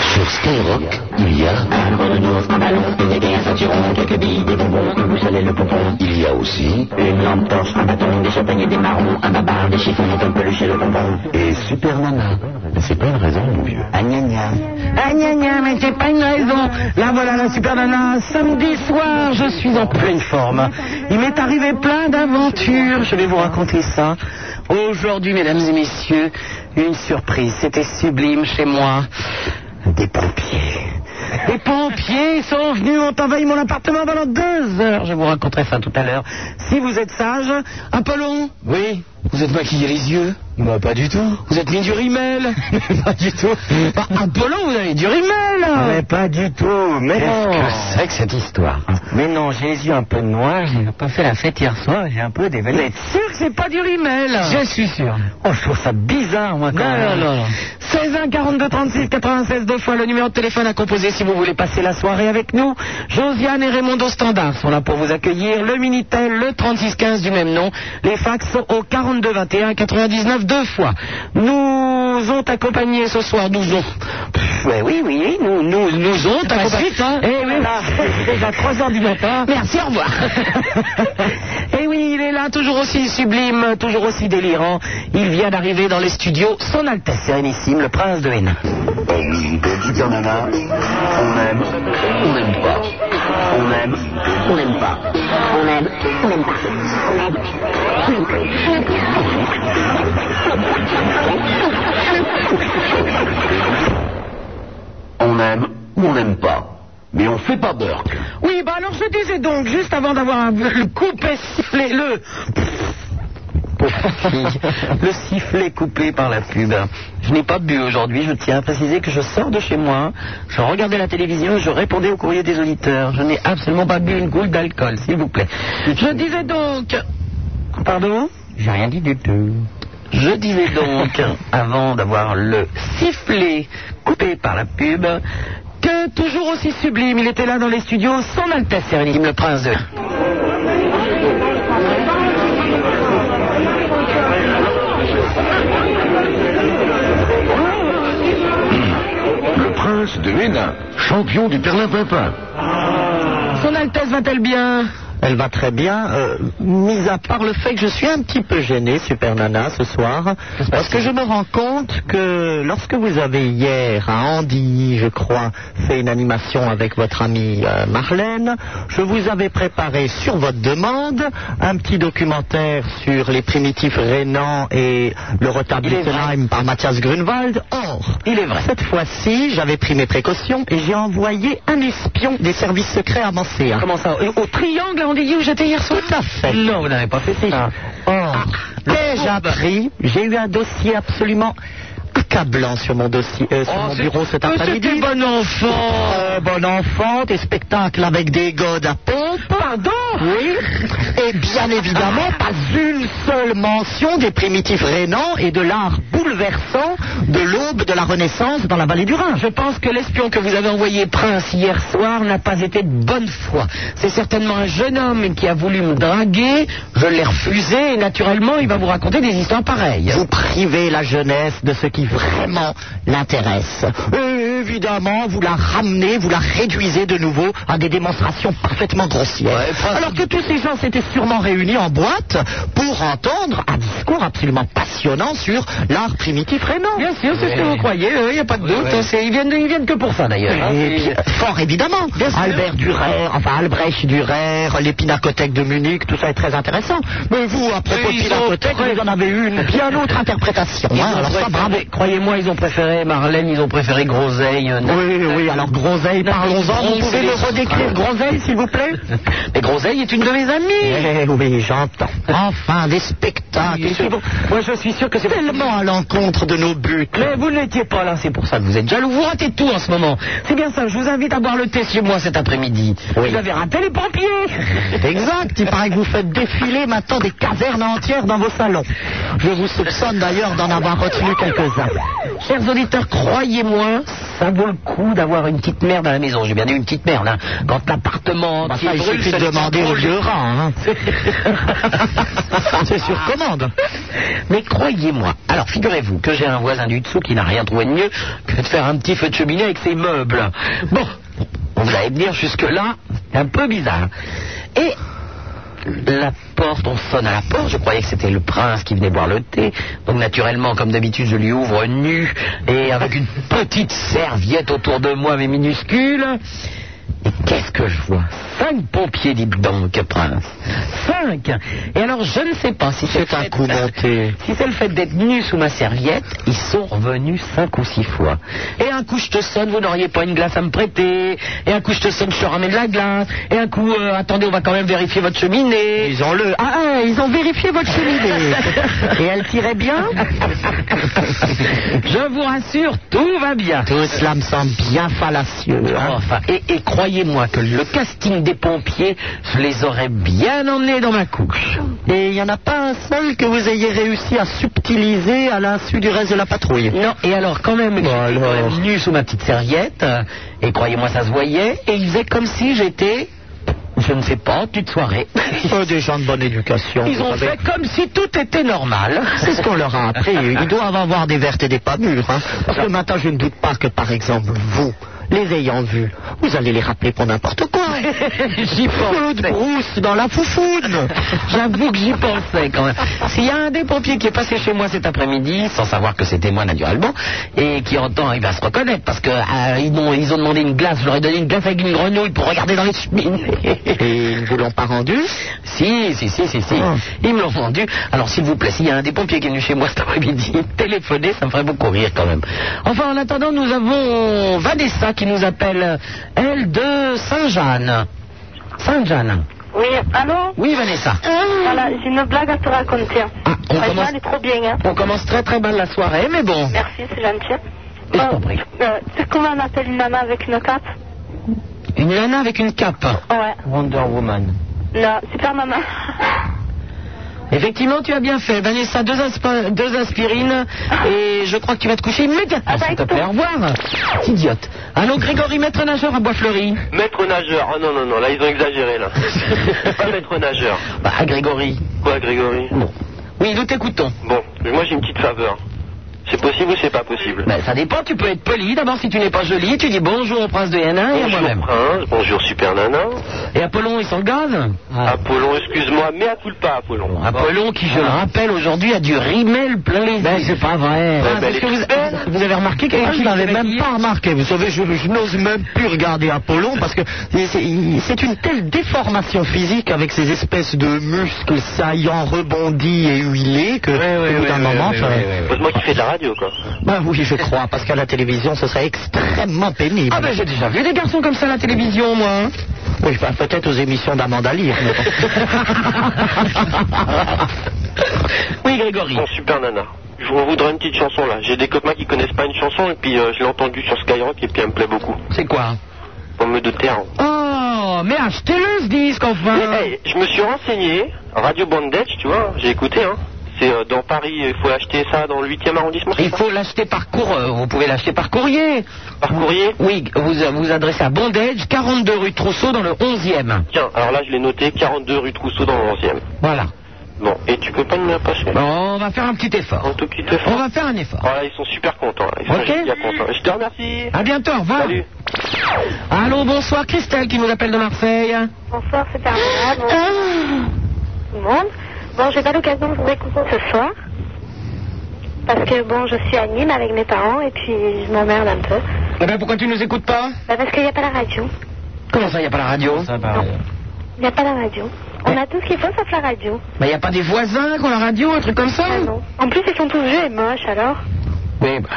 Skyrock, il y a un grenouillot scandaleux, des aiguilles, un ceinturon, quelques billes, des bonbons, une boussole et le pompon. Il y a aussi Une lampe torche, un bâton, des châtaignes et des marrons, un babar, des chiffons, une pomme peluche et le bonbon. et Super Nana. Mais c'est pas une raison, mon vieux. Ah gna gna. Ah gna gna, mais c'est pas une raison. Là voilà la super nana. Samedi soir, je suis en pleine forme. Il m'est arrivé plein d'aventures. Je vais vous raconter ça. Oh, Aujourd'hui, mesdames et messieurs, une surprise. C'était sublime chez moi. Des pompiers. Les pompiers sont venus, ont envahi mon appartement pendant deux heures. Je vous raconterai ça tout à l'heure. Si vous êtes sage, Apollon, Oui Vous êtes maquillé les yeux Bah pas du tout. vous êtes mis du rimel. pas du tout. Bah, Apollon, vous avez du rimel. Mais pas du tout. Mais oh. Qu'est-ce que c'est que cette histoire Mais non, j'ai les yeux un peu noirs, j'ai pas fait la fête hier soir, j'ai un peu des Vous êtes sûr que c'est pas du rimel suis sûr. Oh, je trouve ça bizarre, moi, quand Non, même. non, non. 16 1 42 36 96 deux fois le numéro de téléphone à composer si vous voulez passer la soirée avec nous. Josiane et Raymond au standard sont là pour vous accueillir. Le Minitel, le 36 15 du même nom. Les fax au 42 21 99 deux fois. Nous ont accompagnés ce soir, nous ont. Pff, ouais, oui, oui, nous, nous, nous ont Pas accompagnés. suite, hein. Eh oui, Là, c'est déjà 3 heures du matin. Merci, au revoir. Et oui, il est là, toujours aussi sublime, toujours aussi délirant. Il vient d'arriver dans les studios, son Altesse Sérénissime, le Prince de Hénin. Super Nana, on aime, on n'aime pas. On aime, on n'aime pas. On aime, on aime pas. On aime, on aime pas. On aime ou on n'aime pas. Mais on fait pas Burke. Oui, bah alors je disais donc, juste avant d'avoir un- le coupé sifflé, le... le sifflet coupé par la pub. Je n'ai pas bu aujourd'hui, je tiens à préciser que je sors de chez moi, je regardais la télévision, je répondais au courrier des auditeurs. Je n'ai absolument pas bu une goutte d'alcool, s'il vous plaît. Je disais donc... Pardon J'ai rien dit du tout. je disais donc, avant d'avoir le sifflet coupé par la pub, que toujours aussi sublime, il était là dans les studios, son Altesse Sérénissime, le prince de... Le prince de Hénin, champion du Perlin-Pimpin. Son Altesse va-t-elle bien Elle va très bien, euh, mis à part le fait que je suis un petit peu gêné, Super Nana, ce soir, parce que je me rends compte que lorsque vous avez hier, à Andy, je crois, fait une animation avec votre amie euh, Marlène, je vous avais préparé, sur votre demande, un petit documentaire sur les primitifs rénans et le retable Il est vrai. d'Ittenheim par Mathias Grunwald. Or, Il est vrai. cette fois-ci, j'avais pris mes précautions et j'ai envoyé un espion des services secrets avancés. hein. Comment ça Au au triangle à Andilly où j'étais hier soir Tout à fait. Ah. Non, vous n'avez pas fait ça. Ah, Or, j'ai appris, j'ai eu un dossier absolument accablant sur mon dossier, euh, sur Oh, mon c'est- bureau cet Oh, après-midi. c'était bon enfant. Euh, bon enfant, des spectacles avec des godes à pompe. Oh, Pardon Oui. Et bien évidemment, pas une seule mention des primitifs rénants et de l'art bouleversant de l'aube de la Renaissance dans la vallée du Rhin. Je pense que l'espion que vous avez envoyé Prince hier soir n'a pas été de bonne foi. C'est certainement un jeune homme qui a voulu me draguer, je l'ai refusé et naturellement il va vous raconter des histoires pareilles. Vous privez la jeunesse de ce qui vraiment l'intéresse. Et évidemment, vous la ramenez, vous la réduisez de nouveau à des démonstrations parfaitement grossières. Ouais, enfin- Alors que tous ces gens s'étaient sûrement réunis en boîte pour entendre un discours absolument passionnant sur l'art primitif rénan. Bien sûr, c'est ce que Ouais. vous croyez, il n'y a pas de doute. hein, c'est- Ils, viennent, ils viennent que pour ça d'ailleurs. hein, Et c'est- bien, fort évidemment, Albert Durer, enfin Albrecht Durer, les pinacothèques de Munich, tout ça est très intéressant. Mais vous, à propos Mais de ils ont pinacothèques, très- vous en avez eu une bien autre interprétation. Ils hein. ont Alors ça, préféré- bravo. Croyez-moi, ils ont préféré Marlène, ils ont préféré Groseille. euh, Oui, oui, alors Groseille, parlons-en. Vous pouvez me redécrire Groseille, s'il vous plaît Mais Groseille est une de mes amies. Eh oui, j'entends. Enfin, des spectacles. Oui, c'est bon. Moi, je suis sûr que c'est Tellement à l'encontre de nos buts. Mais vous n'étiez pas là, c'est pour ça que vous êtes jaloux. Vous ratez tout en ce moment. C'est bien ça, je vous invite à boire le thé chez moi cet après-midi. Oui. Vous avez raté les pompiers Exact, il paraît que vous faites défiler maintenant des casernes entières dans vos salons. Je vous soupçonne d'ailleurs d'en avoir retenu quelques-uns. Chers auditeurs, croyez-moi, ça vaut le coup d'avoir une petite merde à la maison. J'ai bien dit une petite merde. hein. Quand l'appartement Bah, entier ça, il brûle, suffit de ça demander au brûle. vieux rat. hein. C'est sur commande. Mais croyez-moi, alors figurez-vous que j'ai un voisin du dessous qui n'a rien trouvé de mieux que de faire un petit feu de cheminée avec ses meubles. Bon, vous allez me dire jusque-là, c'est un peu bizarre. Et la porte, on sonne à la porte, je croyais que c'était le prince qui venait boire le thé. Donc naturellement, comme d'habitude, je lui ouvre nu et avec une petite serviette autour de moi, mais minuscule. Et qu'est-ce que je vois Cinq pompiers, dites donc, prince. Cinq Et alors, je ne sais pas si c'est C'est un le fait- coup monté. Si c'est le fait d'être nu sous ma serviette, ils sont revenus cinq ou six fois. Et un coup, je te sonne, vous n'auriez pas une glace à me prêter. Et un coup, je te sonne, je te ramène la glace. Et un coup, euh, attendez, on va quand même vérifier votre cheminée. Ils ont le. Ah, ah, ils ont vérifié votre cheminée. Et elle tirait bien Je vous rassure, tout va bien. Oh, Tout cela me semble bien fallacieux. hein. Enfin, et, et croyez-moi que le casting des pompiers, je les aurais bien emmenés dans ma couche. Et il n'y en a pas un seul que vous ayez réussi à subtiliser à l'insu du reste de la patrouille. Non, et alors quand même, Bon, j'étais alors. quand même nu sous ma petite serviette, euh, et croyez-moi, ça se voyait, et il faisait comme si j'étais, je ne sais pas, toute soirée. Eux, des gens de bonne éducation. Ils vous ont savez. fait comme si tout était normal. C'est ce qu'on leur a appris. Ils doivent avoir des vertes et des pas mûres. hein. Parce que maintenant, je ne doute pas que, par exemple, vous, les ayant vus, vous allez les rappeler pour n'importe quoi. J'y Feu de brousse dans la foufoune. J'avoue que j'y pensais quand même. S'il y a un des pompiers qui est passé chez moi cet après-midi, sans savoir que c'était moi naturellement, et qui entend, il va se reconnaître parce que euh, ils, ont, ils ont demandé une glace, je leur ai donné une glace avec une grenouille pour regarder dans les cheminées. Et ils ne vous l'ont pas rendu Si, si, si, si, si. Ah. Ils me l'ont vendu. Alors, s'il vous plaît, s'il y a un des pompiers qui est venu chez moi cet après-midi, téléphonez, ça me ferait beaucoup rire quand même. Enfin, en attendant, nous avons Vanessa qui nous appelle, elle, de Saint-Jean. Saint-Jean. Oui, allô Oui, Vanessa. Voilà, j'ai une blague à te raconter. Ah, on Franchement, commence- elle est trop bien. Hein. On commence très très mal la soirée, mais bon. Merci, c'est gentil. Je t'en prie. euh, tu sais comment on appelle une nana avec une cape Une nana avec une cape. Ouais, Wonder Woman. la super maman. Effectivement, tu as bien fait. Vanessa, deux, aspa- deux aspirines et je crois que tu vas te coucher immédiatement, Ah, bah, s'il te plaît. Au écoute. revoir. Idiote. Allô, Grégory, maître nageur à Bois-Fleuri. Maître nageur, ah non, non, non, là ils ont exagéré là. C'est pas maître nageur. Bah, Grégory. Quoi, Grégory Bon. Oui, nous t'écoutons. Bon, mais moi j'ai une petite faveur. C'est possible ou c'est pas possible Ben, ça dépend, tu peux être poli. D'abord, si tu n'es pas joli, tu dis bonjour au prince de Hénin et à Bonjour moi-même. Prince, bonjour Super Nana. Et Apollon, il s'engage Ah, Apollon, excuse-moi, mais à culpa pas Apollon. Ah. Ah. Apollon, qui, je le rappelle, aujourd'hui a du rimel plein les Ah. Ben, c'est pas vrai. Ouais, ben, est-ce les Ah, que vous, petites belles. vous avez remarqué que Et je n'avais même pas remarqué. Vous savez, je, je n'ose même plus regarder Apollon parce que c'est il- c'est une telle déformation physique avec ces espèces de muscles saillants, rebondis et huilés que au bout d'un moment. ça- Heureusement qu'il fait de la radio quoi. Ben oui, je crois, parce qu'à la télévision, ce serait extrêmement pénible. Ah ben j'ai déjà vu des garçons comme ça à la télévision, moi. hein. Oui, ben, peut-être aux émissions d'Amanda Lear, mais oui, Grégory. Bon, Super Nana. Je vous voudrais une petite chanson là. J'ai des copains qui connaissent pas une chanson et puis euh, je l'ai entendue sur Skyrock et puis elle me plaît beaucoup. C'est quoi Pomme de terre. Oh, mais achetez-le ce disque, enfin. Mais, hey, je me suis renseigné, Radio Bandage, tu vois, j'ai écouté, hein. C'est euh, dans Paris, il faut acheter ça dans le 8e arrondissement. c'est Il ça faut l'acheter par cour- euh, vous pouvez l'acheter par courrier. Par courrier Oui, vous euh, vous adressez à Bondage, 42 rue Trousseau dans le 11e. Tiens, alors là, je l'ai noté, 42 rue Trousseau dans le 11e. Voilà. Bon, et tu peux pas me la passer Bon, on va faire un petit Un effort. tout petit On effort. va faire un effort. Voilà, ils sont super contents. là. Ils sont Ok. Ah. bien contents. Je te remercie. À bientôt, au revoir. Salut. Allô, bonsoir Christelle qui nous appelle de Marseille. Bonsoir, super maman. Bonsoir tout le monde. Bon, j'ai pas l'occasion de vous écouter ce soir. Parce que bon, je suis à Nîmes avec mes parents et puis je m'emmerde un peu. Eh ben pourquoi tu nous écoutes pas Bah, parce qu'il n'y a pas la radio. Comment ça, il n'y a pas la radio Ah, bah, Il n'y a pas la radio. On a tout ce qu'il faut sauf la radio. Bah, il n'y a pas des voisins qui ont la radio, un truc comme ça Ah non. En plus, ils sont tous vieux et moches alors. Oui, bah,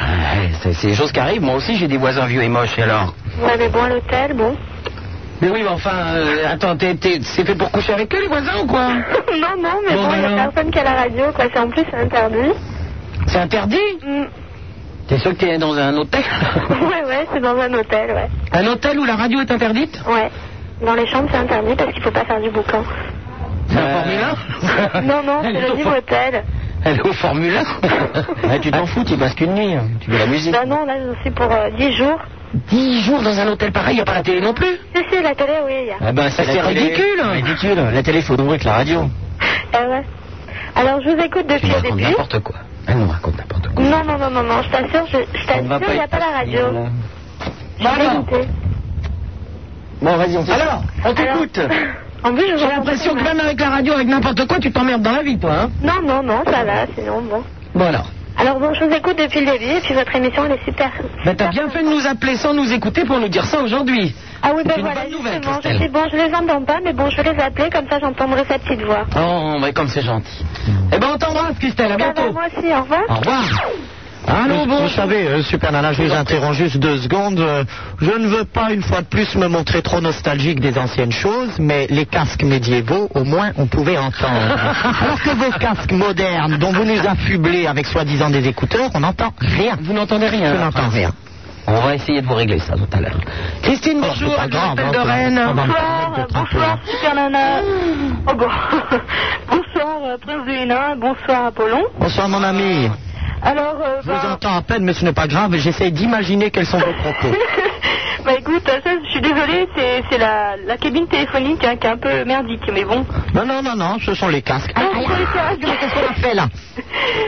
c'est c'est des choses qui arrivent. Moi aussi, j'ai des voisins vieux et moches, et alors. Ouais, mais bon, à l'hôtel, bon. Mais oui, mais enfin, euh, attends, t'es- t'es- c'est fait pour coucher avec eux, les voisins, ou quoi non, non, mais Bon, bon, il n'y alors. a personne qui a la radio, quoi. C'est en plus c'est interdit. C'est interdit Mm. T'es sûr que t'es dans un hôtel Ouais, ouais, c'est dans un hôtel, ouais. Un hôtel où la radio est interdite Ouais. Dans les chambres, c'est interdit parce qu'il faut pas faire du boucan. Euh, C'est un Formule 1 non, non, c'est le livre hôtel. Elle est au Eh, Formule 1. tu t'en fous, tu passes qu'une nuit. hein. Tu veux la musique. Bah non, là, je suis pour euh, 10 jours. 10 jours dans un hôtel pareil, il n'y a pas la télé non plus. Si, si, la télé, oui, il y a. Ah ben, Ça, c'est la télé- ridicule. Ridicule. La télé, faut ouvrir que la radio. Ah ouais. Alors, je vous écoute Tu depuis me le racontes début. n'importe quoi. Elle nous raconte n'importe quoi. Non, non, non, non, non, je t'assure, je, Euh, je On va t'assure, il n'y a être pas la facile, radio. là. Je suis dégoûtée. Bon, vas-y, on fait Alors, on Alors, t'écoute. En plus, je J'ai l'impression que même avec la radio, avec n'importe quoi, tu t'emmerdes dans la vie, toi. Hein Non, non, non, ça va, sinon, bon. bon alors. Alors, bon, je vous écoute depuis le début, et puis votre émission, elle est super. Ben, t'as bien fait de nous appeler sans nous écouter pour nous dire ça aujourd'hui. Ah oui, ben une voilà, bonne nouvelle, justement, je Christelle. suis bon, je les entends pas, mais bon, je vais les appeler, comme ça, j'entendrai sa petite voix. Oh, mais comme c'est gentil. Eh ben, on t'embrasse, Christelle. À Ça va, bientôt. moi aussi, au revoir. Au revoir. Allô, vous, bonjour. vous savez, euh, Super Nana, je vous interromps juste deux secondes. Euh, Je ne veux pas, une fois de plus, me montrer trop nostalgique des anciennes choses, mais les casques médiévaux, au moins, on pouvait entendre. Alors que vos casques modernes, dont vous nous affublez avec soi-disant des écouteurs, on n'entend rien. Vous n'entendez rien. Je hein. là. n'entends rien. On va essayer de vous régler ça tout à l'heure. Christine, Oh, bonjour. c'est pas elle nous grave, appelle hein, de c'est- Rennes. on va- Bonsoir, bonsoir Super Ah. Nana. Oh, bon. bonsoir euh, Prince de Hénin, bonsoir Apollon. Bonsoir, mon ami. Alors, euh, Je bah, vous entends à peine, mais ce n'est pas grave. J'essaie d'imaginer quels sont vos propos. bah, écoute, euh, ça, je suis désolée, c'est, c'est la, la cabine téléphonique hein, qui est un peu merdique, mais bon. Non, non, non, non, ce sont les casques. Aïe, aïe, aïe, aïe, qu'est-ce qu'on a fait là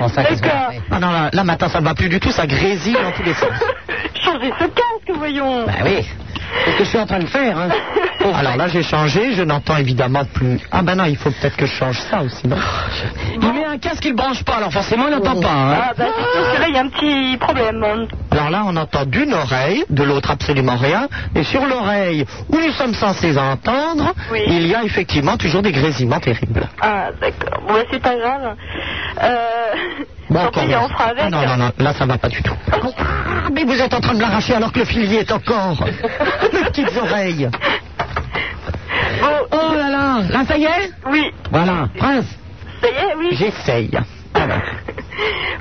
Ah, D'accord. Ah non, là, là, maintenant, ça ne va plus du tout, ça grésille dans tous les sens. Changez ce casque, voyons. Bah oui. C'est ce que je suis en train de faire. Hein. Oh, alors là, j'ai changé, je n'entends évidemment plus. Ah ben non, il faut peut-être que je change ça aussi. non Il met un casque, il ne branche pas, alors forcément, il n'entend pas. hein. Ah, bah, c'est parce que là, il y a un petit problème. hein. alors là, on entend d'une oreille, de l'autre absolument rien, et sur l'oreille où nous sommes censés entendre, Oui. il y a effectivement toujours des grésillements terribles. Ah, d'accord. Bon, bah, c'est pas grave. Euh... tant encore pis, mieux. on fera avec. Ah non, non, non, là, ça va pas du tout. Ah, mais vous êtes en train de l'arracher alors que le filier est encore. Mes petites oreilles. Bon, Oh là là. Là, ça y est oui, Voilà. Prince, ça y est, oui. j'essaye. Alors,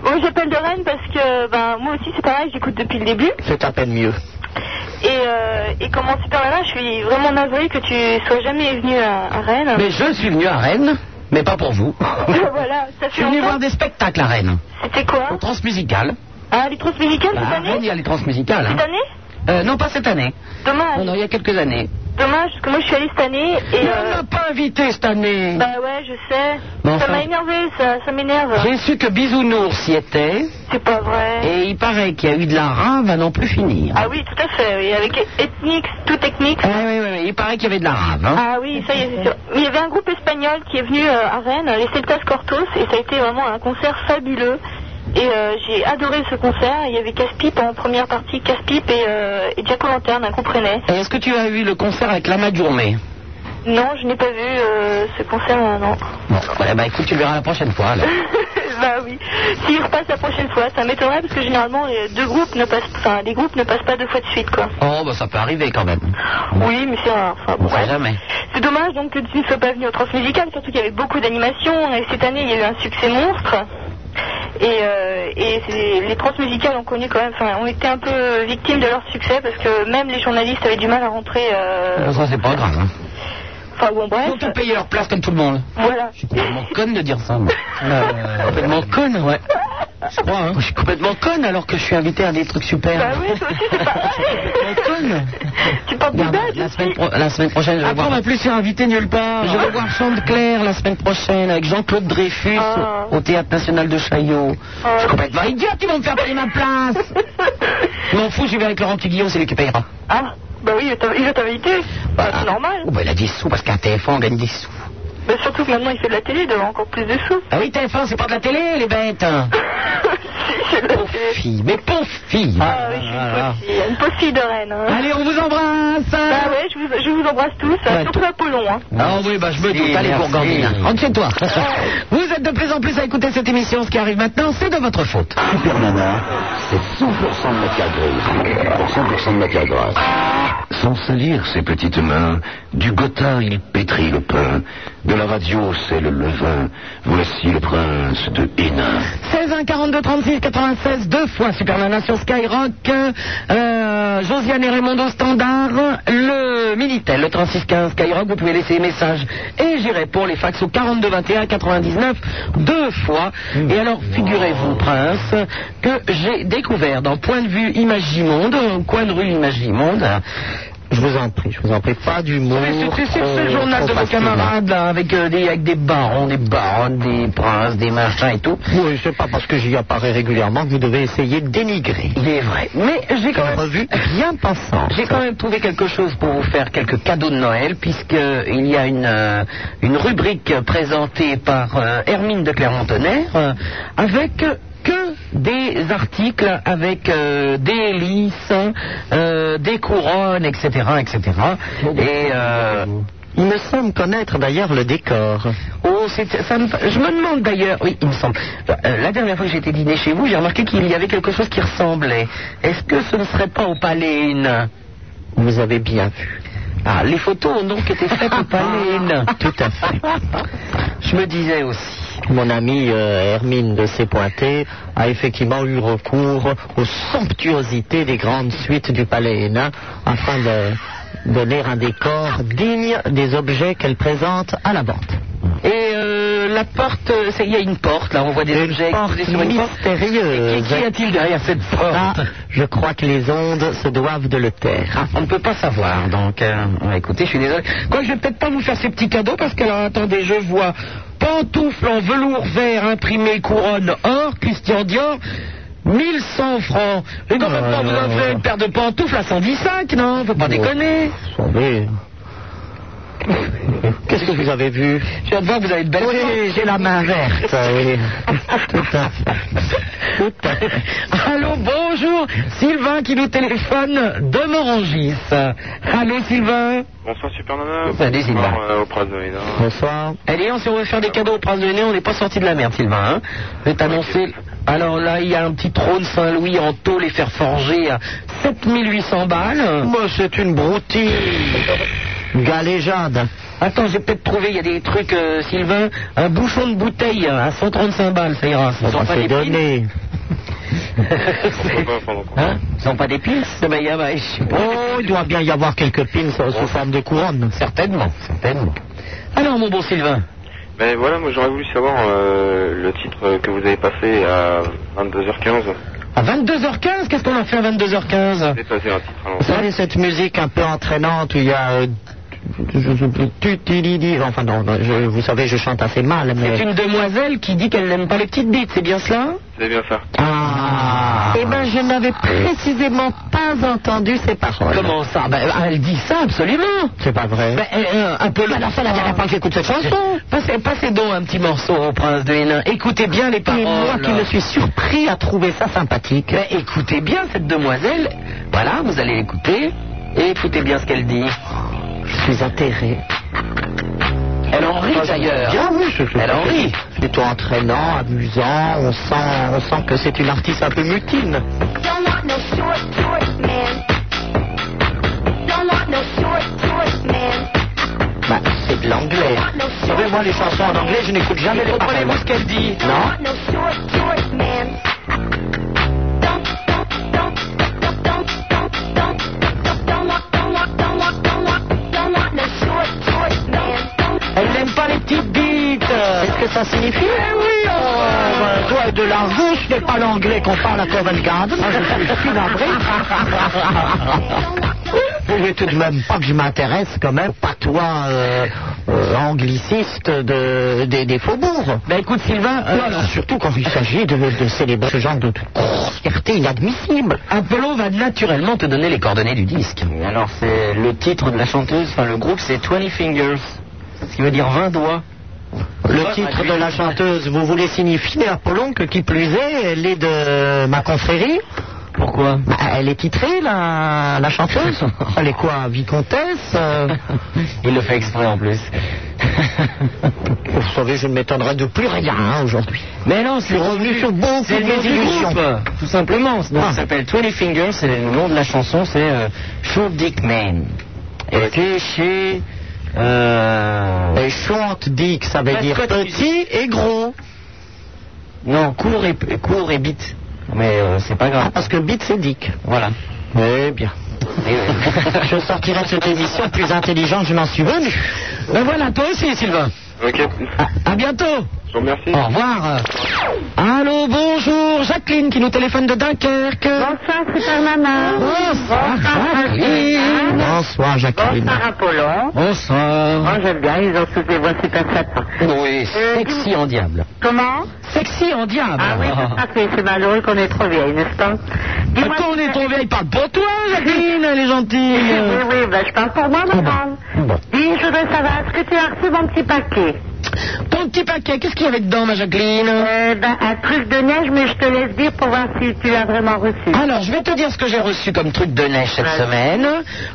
Bon, j'appelle de Rennes parce que ben, moi aussi c'est pareil, j'écoute depuis le début. c'est à peine mieux. Et, euh, et comme en super Nana, je suis vraiment navrée que tu sois jamais venu à, à Rennes. Mais je suis venu à Rennes, mais pas pour vous. voilà, ça Je suis fait venu longtemps. voir des spectacles à Rennes. C'était quoi Transmusicales. Ah, les trousses musicales Bah, cette à Rennes, il année y a les transmusicales. hein. Cette année Euh, non, pas cette année. Dommage. Oh non, il y a quelques années. Dommage, parce que moi je suis allée cette année Il et. ne euh, m'a pas invité cette année. bah ouais, je sais. Bon, ça enfin- m'a énervé, ça, ça m'énerve. J'ai su que Bisounours y était, C'est pas vrai. et il paraît qu'il y a eu de la rave à n'en plus finir. Ah oui, tout à fait, oui. Avec Ethnix, tout Ethnix. Ah, oui, oui, oui, il paraît qu'il y avait de la rave. hein. Ah oui, ça y est, c'est sûr. Mais il y avait un groupe espagnol qui est venu euh, à Rennes, les Celtas Cortos, et ça a été vraiment un concert fabuleux. Et euh, j'ai adoré ce concert. Il y avait Caspip en première partie, Caspip et, euh, et Jaco Lanterne, un groupe rennais. Et Est-ce que tu as eu le concert avec Lama de Journée Non, je n'ai pas vu euh, ce concert, euh, non. Bon, bah, bah, écoute, tu le verras la prochaine fois alors. bah oui. S'il repasse la prochaine fois, ça m'étonnerait parce que généralement les deux groupes ne passent, enfin les groupes ne passent pas deux fois de suite, quoi. Oh, bah ça peut arriver quand même. Oui, mais c'est rare. Ah, Enfin, On bon, sait bref. jamais. C'est dommage donc que tu ne sois pas venu aux transmusicales, surtout qu'il y avait beaucoup d'animations et euh, cette année il y a eu un succès monstre. Et, euh, et c'est- les transmusicales ont connu quand même, enfin, ont été un peu victimes de leur succès parce que même les journalistes avaient du mal à rentrer. euh, Ça, c'est pas grave. Hein. Enfin bon, bref. Donc, on paye leur place comme tout le monde. Voilà. Je suis complètement conne de dire ça, moi. Euh, Complètement conne, ouais. Je crois, hein. Je suis complètement conne alors que je suis invité à des trucs super. Bah oui, toi aussi c'est pareil. Complètement conne. tu portes des Regarde, badges la, semaine aussi. pro- la semaine prochaine, je vais voir. plus se invité nulle part. Je vais voir Chante-Claire la semaine prochaine avec Jean-Claude Dreyfus Ah. au Théâtre National de Chaillot. Je Euh, suis complètement idiote, ils vont me faire payer ma place. Je m'en fous, je vais avec Laurent Petit Guillaume, c'est lui qui payera. Ah, bah oui, il t'a- il va t'inviter. Bah, c'est normal. Oh, bah, il a des sous parce qu'un TF1 gagne des sous. Mais surtout que maintenant il fait de la télé, il doit avoir encore plus de sous. Ah oui, TF1, c'est pas de la télé, les bêtes. Si, c'est de la Pauvre télé. fille, mais pauvre fille. Ah oui, je suis une pauvre fille, une pauvre fille de Rennes. hein. Allez, on vous embrasse. Bah ouais, je vous, je vous embrasse tous, euh, surtout Apollon. Hein. Ah oui, bah je me doute, allez merci. Bourgandine, rentre chez Ah toi. Vous êtes de plus en plus à écouter cette émission, ce qui arrive maintenant, c'est de votre faute. Super Nana, c'est 100% de matière grise. Pour 100% de matière grasse. Sans salir ses petites mains, du gotha il pétrit le pain, de la radio c'est le levain, voici le prince de Hénin. 16 1 42 36 96 deux fois Super Nana sur Skyrock euh, Josiane et Raymond au standard le Minitel le 36 15 Skyrock vous pouvez laisser des messages et j'y réponds les fax au 42 21 99 deux fois Mmh. et alors figurez-vous Prince que j'ai découvert dans Point de vue Imagimonde au coin de rue Imagimonde Je vous en prie, je vous en prie. Pas d'humour. mais c'était sur ce trop- journal de trop vos facile. camarades là, avec, euh, des, avec des barons, des baronnes, des princes, des machins et tout. Oui, c'est pas parce que j'y apparais régulièrement que vous devez essayer de dénigrer. Il est vrai. Mais j'ai quand Une même revue bien pensante. J'ai quand même trouvé quelque chose pour vous faire quelques cadeaux de Noël, puisqu'il y a une, euh, une rubrique présentée par euh, Hermine de Clermont-Tonnerre euh, avec que des articles avec euh, des hélices, euh, des couronnes, etc. etc. Et euh, ben, Il me semble connaître d'ailleurs le décor. oh, c'est- ça me- je me demande d'ailleurs, oui, il me semble, euh, la dernière fois que j'étais dîner chez vous, j'ai remarqué qu'il y avait quelque chose qui ressemblait. Est-ce que ce ne serait pas au Palais Hénin Vous avez bien vu. Ah, les photos ont donc été faites au palais Hénin. Tout à fait. Je me disais aussi. Mon amie euh, Hermine de Sépointé a effectivement eu recours aux somptuosités des grandes suites du Palais Hénin afin de donner un décor digne des objets qu'elle présente à la vente. Et euh, la porte, euh, c'est- il y a une porte, là, on voit des objets posés sur une porte. Et mystérieuse. qui, qui a-t-il derrière cette porte Ça, Euh, Ah, je crois que les ondes se doivent de le taire. Ah, On ne peut pas savoir, donc. euh, ouais, écoutez, je suis désolé. Quoi, je vais peut-être pas vous faire ces petits cadeaux parce que alors, attendez, je vois pantoufles en velours vert imprimé couronne or Christian Dior. 1100 francs. Mais Oh quand même pas vous offrir une paire de pantoufles à 115, non Faut pas déconner. Attendez. Qu'est-ce que vous avez vu Je viens de voir que vous avez de belles Oui, j'ai la main verte. Ah Oui. Tout à fait. Tout à fait. Allô, bonjour, Sylvain qui nous téléphone de Morangis. Allô, Sylvain Bonsoir Super Nana. Salut, Sylvain. Bonsoir, euh, au prince de Hénin. Bonsoir. Allez, on si on veut faire des cadeaux au prince de Hénin, on n'est pas sorti de la merde, Sylvain. Hein je vais t'annoncer. Alors là, il y a un petit trône Saint-Louis en tôle et fer forgé à 7800 balles. Moi, c'est une broutille. Galéjade. Attends, j'ai peut-être trouvé, il y a des trucs, euh, Sylvain. Un bouchon de bouteille à 135 balles, ça ira. Ce On ne sont va pas se des piles. donner. Pourquoi pas, pendant qu'on- Hein Ce sont pas des piles Eh ben, il y a- ben, je sais pas. Oh, il doit bien y avoir quelques pins euh, sous forme de couronne. Certainement, certainement. Alors, mon bon Sylvain, Ben voilà, moi j'aurais voulu savoir euh, le titre euh, que vous avez passé à 22h15. à 22h15, qu'est-ce qu'on a fait à 22h15 J'ai passé un titre à Vous l'ancienne. savez, cette musique un peu entraînante où il y a... euh, je- je- je- tu- tu- li- li- Enfin, non, non, je- vous savez, je chante assez mal, C'est mais... une demoiselle qui dit qu'elle n'aime pas les petites bites, c'est bien cela C'est bien ça. Ah Eh ben, je n'avais précisément pas entendu ces paroles. Comment ça Ben, Elle dit ça, absolument. C'est pas vrai Ben, euh, euh, un peu la la dernière fois que j'écoute cette chanson. Passez, passez donc un petit morceau au prince de Hénin. Écoutez bien les paroles. Et moi qui me suis surpris à trouver ça sympathique. Ben, écoutez bien cette demoiselle. Voilà, vous allez l'écouter. Et écoutez bien ce qu'elle dit. Je suis atterré. Elle en rit d'ailleurs. Ah oui, je, Elle en rit. C'est plutôt entraînant, amusant. On sent, on sent que c'est une artiste un peu mutine. Don't want no short, short man. Don't want no short, short man. Bah, c'est de l'anglais. Vous savez, moi, les chansons en anglais, je n'écoute jamais les paroles. Comprenez-vous ce qu'elle dit Don't Non want no short, short man. Don't, don't, don't, don't, don't, don't, don't, don't, don't want, don't want, don't want, don't want, don't want no short, short man. Don't, Elle n'aime pas les petites bites. Qu'est-ce que ça signifie Eh oh, oui, euh, ben, toi, de la rousse, ce n'est pas l'anglais qu'on parle à Covent Garden. Ah, je suis- je suis navré. Je veux tout de même pas que je m'intéresse quand même, pas toi, euh, euh, angliciste de, des, des faubourgs. Ben écoute Sylvain, euh, Non, non, surtout quand il s'agit de, de célébrer ce genre de grossièreté inadmissible. Apollon va naturellement te donner les coordonnées du disque. Alors c'est le titre de la chanteuse, enfin le groupe c'est 20 Fingers, ce qui veut dire 20 doigts. Le titre de la chanteuse, vous voulez signifier, Apollon, que qui plus est, elle est de ma confrérie Pourquoi Bah, elle est titrée, la, la chanteuse. Elle est quoi, vicomtesse euh, Il le fait exprès en plus. Vous savez, je ne m'étonnerai de plus rien hein, aujourd'hui. Mais non, c'est Je suis revenu sur beaucoup C'est le de nom du illusions. groupe, tout simplement. Donc, Ah. Ça s'appelle 20 Fingers, c'est le nom de la chanson, c'est euh, Shoot Dick Man. Et c'est chez... euh, Et chante Dick, ça veut Presque dire pas de petit et gros. Non, court et, court et bite. Mais euh, c'est pas grave. Ah, parce que Bit, c'est Dick. Voilà. Eh bien. Et, euh, je sortirai de cette émission plus intelligente, je m'en suis venu. Ben voilà, toi aussi, Sylvain. Ok, À, à bientôt. je vous remercie. Au revoir. Allô, bonjour, Jacqueline qui nous téléphone de Dunkerque. Bonsoir, Super Nana. Bonsoir, Jacqueline. Bonsoir, Jacqueline. Bonsoir, Apollon. Bonsoir. Moi, j'aime bien, ils ont tous des voix super sympas. Oui, sexy en diable. Comment Sexy en diable. Ah oui, c'est ça, c'est- c'est malheureux qu'on est trop vieille, n'est-ce pas Dis-moi- Quand on Ah, est tombé, il parle pour toi, Jacqueline, elle est gentille. Oui, oui, ben, je parle pour moi, madame. Bon. Dis, je veux savoir, est-ce que tu as reçu mon petit paquet Ton petit paquet, qu'est-ce qu'il y avait dedans, ma Jacqueline Euh, ben, un truc de neige, mais je te laisse dire pour voir si tu l'as vraiment reçu. Alors, je vais te dire ce que j'ai reçu comme truc de neige cette Ouais. semaine.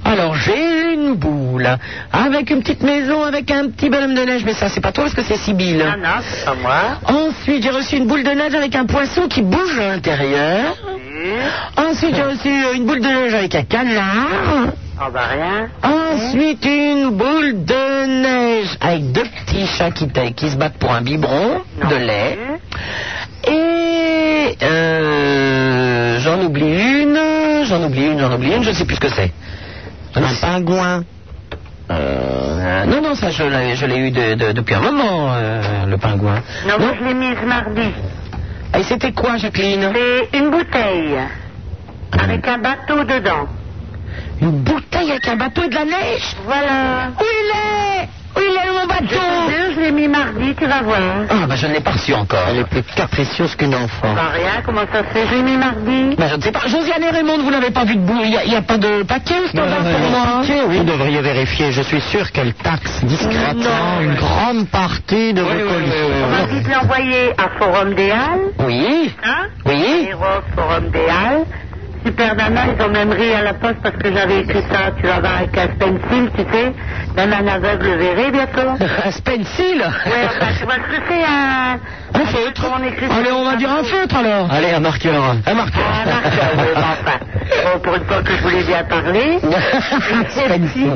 Alors, j'ai une boule avec une petite maison, avec un petit bonhomme de neige, mais ça, c'est pas toi parce que c'est Sibylle. Ah non, c'est pas moi. Ensuite, j'ai reçu une boule de neige avec un poisson qui bouge à l'intérieur. Ensuite, j'ai reçu euh, une boule de neige avec un canard. Ah bah rien. Ensuite, une boule de neige avec deux petits chats qui, ta- qui se battent pour un biberon de lait. Et euh, j'en oublie une, j'en oublie une, j'en oublie une, je ne sais plus ce que c'est. Un pingouin. non, non, ça je l'ai, je l'ai eu de- de- depuis un moment, euh, le pingouin. Non, moi, je l'ai mise mardi. Et c'était quoi, Jacqueline C'est une bouteille avec un bateau dedans. Une bouteille avec un bateau et de la neige Voilà. Où il est Où il est mon Je bateau te jure, je l'ai mis mardi, tu vas voir. Ah, ben je ne l'ai pas reçu encore. Ah. Elle est plus capricieuse qu'une enfant. Pas rien, comment ça se fait Je l'ai mis mardi. Ben, je ne sais pas. Josiane et Raymond, vous n'avez pas vu de boule. Il n'y a, il y a pas de paquet au standard pour moi. hein. Vous devriez vérifier. Je suis sûr qu'elle taxe discrètement une grande partie de vos On m'a dit de l'envoyer à Forum des Halles. Oui, Hein oui. Héros, Forum des Halles. Super Nana, ils ont même ri à la poste parce que j'avais écrit ça. Tu vas voir avec un stencil, tu sais. Même un aveugle le verrait bientôt. Un stencil Ouais, enfin, tu vois ce que c'est un... Un feutre. On écrit sur Allez, on va un dire un feutre. feutre alors. Allez, un marqueur. Un marqueur. Ah, d'accord, oui, bon, enfin. bah. Bon, pour une fois que je voulais bien parler. si, Stencil.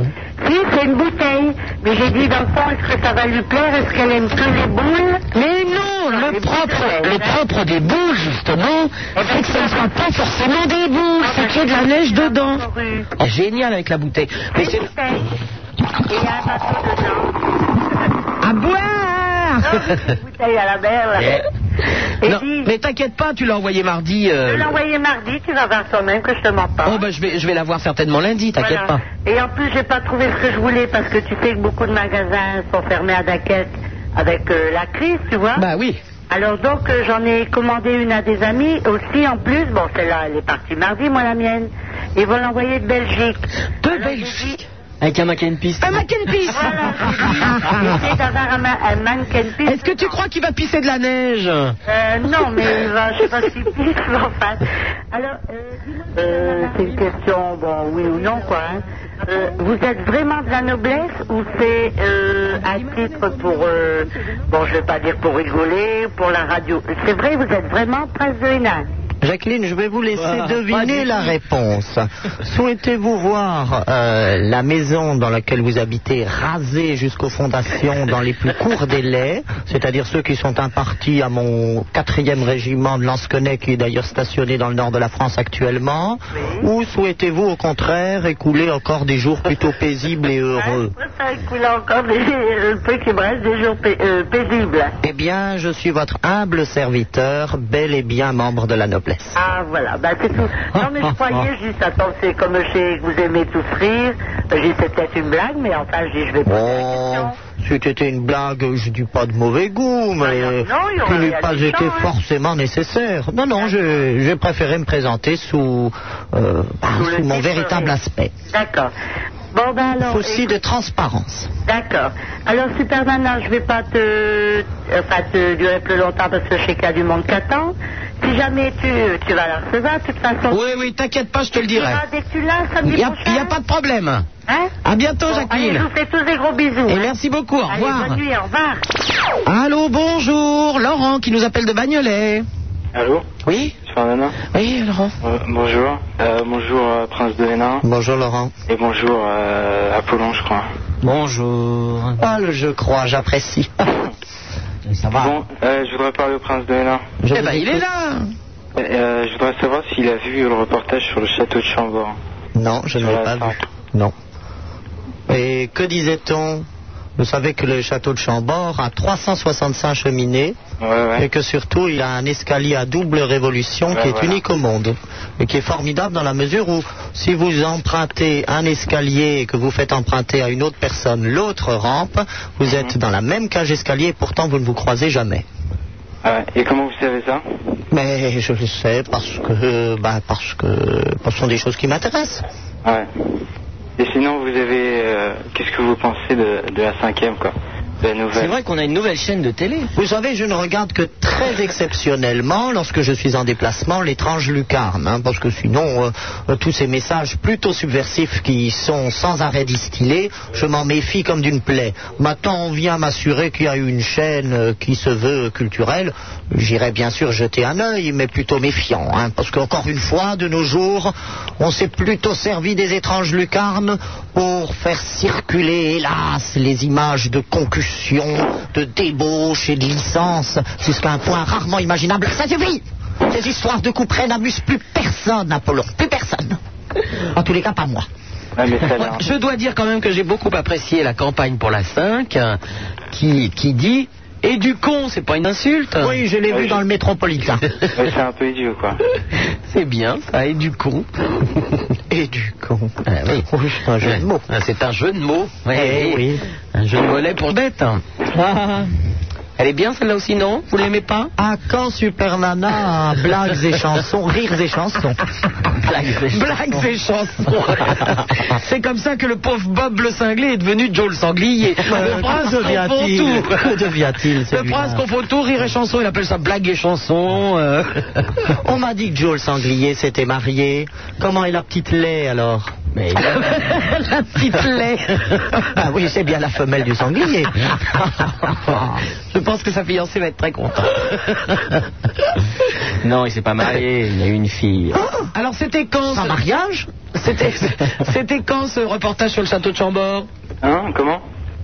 si, c'est une bouteille. Mais j'ai dit, dans le fond, est-ce que ça va lui plaire Est-ce qu'elle aime que les boules Mais non, le Les propre, boules. le propre des boules, justement, Ah, c'est que ce ne soit pas forcément des boules, c'est qu'il y ait de la neige dedans. Ah, Rue. Génial avec la bouteille. Mais c'est... bouteille. Et il y a un bateau dedans. À boire Non, bouteille à la mer, là. Ah, Eh, Et Non, dis, mais t'inquiète pas, tu l'as envoyé mardi. euh, je l'ai envoyé mardi, tu vas voir toi-même que je te mens pas. Oh, ben je vais, je vais la voir certainement lundi, t'inquiète Voilà. Et en plus, j'ai pas trouvé ce que je voulais parce que tu sais que beaucoup de magasins sont fermés à Dunkerque avec euh, la crise, tu vois. pas. Bah oui. Alors donc, euh, j'en ai commandé une à des amis aussi en plus. Bon, celle-là, elle est partie mardi, moi la mienne. Ils vont l'envoyer de Belgique. De Alors, j'ai Belgique. Avec un mac and piste. Un mac and pisse. Voilà, j'ai essayé d'avoir un, ma- un mannequin piste. Est-ce que tu crois qu'il va pisser de la neige Euh, non, mais il va, je sais pas si piste, mais enfin. Alors, euh, euh, c'est une question, bon, oui ou non, quoi. hein. Euh, vous êtes vraiment de la noblesse ou c'est euh, à titre pour, euh, bon, je vais pas dire pour rigoler, pour la radio. C'est vrai, vous êtes vraiment prince de Hénin. hein. Jacqueline, je vais vous laisser Voilà. deviner la réponse. Souhaitez-vous voir euh, la maison dans laquelle vous habitez rasée jusqu'aux fondations dans les plus courts délais, c'est-à-dire ceux qui sont impartis à mon quatrième régiment de Lansquenet, qui est d'ailleurs stationné dans le nord de la France actuellement, ou souhaitez-vous au contraire écouler encore des jours plutôt paisibles et heureux Ouais, ça écoule encore des, euh, le peu qui me reste des jours pa- euh, paisibles. Eh bien, je suis votre humble serviteur, bel et bien membre de la noblesse. Ah voilà, bah c'est tout. Non mais je croyais juste, attends, c'est comme je sais que vous aimez tous rire, euh, j'ai dit, c'est peut-être une blague, mais enfin je dis je vais poser la Oh, question. c'était une blague, je dis pas de mauvais goût, mais non, il y qui aurait n'eût rien pas de méchant, été hein. forcément nécessaire. Non, non, je- j'ai préféré me présenter sous, euh, bah, Sous le sous mon titre, véritable euh, oui. aspect. D'accord. Bon ben alors, Souci écoute, de transparence. d'accord. Alors Superman, là, je vais pas te, enfin te durer plus longtemps parce que je sais qu'il y a du monde qui attend. Si jamais tu, tu vas à la recevoir, de toute façon. Oui, oui, t'inquiète pas, je te le tu dirai. iras dès que tu l'as samedi Il n'y a, prochain. y a pas de problème. Hein À bientôt, Bon, allez, je Jacqueline. vous fais tous des gros bisous. Et merci beaucoup, au Allez, revoir. bonne nuit, au revoir. Allô, bonjour, Laurent qui nous appelle de Bagnolet. Allô Oui C'est un nana Oui, Laurent. Euh, Bonjour. Euh, bonjour, euh, Prince de Hénin. Bonjour Laurent. Et bonjour, euh, Apollon, je crois. Bonjour. Ah, le je crois, j'apprécie. Ah. Ça va Bon, euh, je voudrais parler au Prince de Hénin. Je Eh ben, vous il est écoute. là. Euh, euh, je voudrais savoir s'il a vu le reportage sur le château de Chambord. Non, je ne Sur l'ai la pas fin. vu. Non. Et que disait-on Vous savez que le château de Chambord a 365 cheminées Ouais, ouais. et que surtout il a un escalier à double révolution Ouais, qui est voilà. unique au monde et qui est formidable dans la mesure où si vous empruntez un escalier et que vous faites emprunter à une autre personne l'autre rampe, vous Mhm. êtes dans la même cage escalier et pourtant vous ne vous croisez jamais. Ah ouais. Et comment vous savez ça Mais je le sais parce que, bah, parce que, parce que ce sont des choses qui m'intéressent. Ouais. Et sinon, vous avez. euh, Qu'est-ce que vous pensez de, de la cinquième, quoi De la nouvelle C'est vrai qu'on a une nouvelle chaîne de télé. Vous savez, je ne regarde que très exceptionnellement, lorsque je suis en déplacement, l'étrange lucarne, hein, parce que sinon, euh, euh, tous ces messages plutôt subversifs qui sont sans arrêt distillés, je m'en méfie comme d'une plaie. Maintenant, on vient m'assurer qu'il y a une chaîne euh, qui se veut culturelle. J'irai bien sûr jeter un œil, mais plutôt méfiant, hein, parce qu'encore une fois, de nos jours, on s'est plutôt servi des étranges lucarnes pour faire circuler, hélas, les images de concussion, de débauche et de licence, jusqu'à un point rarement imaginable. Ça suffit Ces histoires de couperets n'amusent plus personne, Apollon, plus personne. En tous les cas, pas moi. Ah, mais ça, là. Je dois dire quand même que j'ai beaucoup apprécié la campagne pour la 5, hein, qui, qui dit Et du con, c'est pas une insulte Oui, je l'ai vu dans le métropolitain. Ouais, c'est un peu idiot, quoi. C'est bien, ça, et du con. Et du con. Ah oui. Oui, c'est un jeu de mots. Ah, C'est un jeu de mots. Eh oui. Ah. Un jeu de mollet pour bête. Elle est bien celle-là aussi, non Vous l'aimez pas À Ah, quand Super Nana, blagues et chansons, rires et chansons Blagues et chansons. C'est comme ça que le pauvre Bob le cinglé est devenu Joe le sanglier. Euh, Le prince que devient-il confond tout. Que devient-il, Le celui-là prince confond tout, rire et chanson. Il appelle ça blague et chanson. euh. On m'a dit que Joe le sanglier s'était marié. Comment est la petite lait alors La petite lait. Ah oui, c'est bien la femelle du sanglier. Je pense que sa fiancée va être très contente. Non, il s'est pas marié, il a eu une fille. Alors c'était quand Un ce- mariage C'était c'était quand ce reportage sur le château de Chambord Hein Comment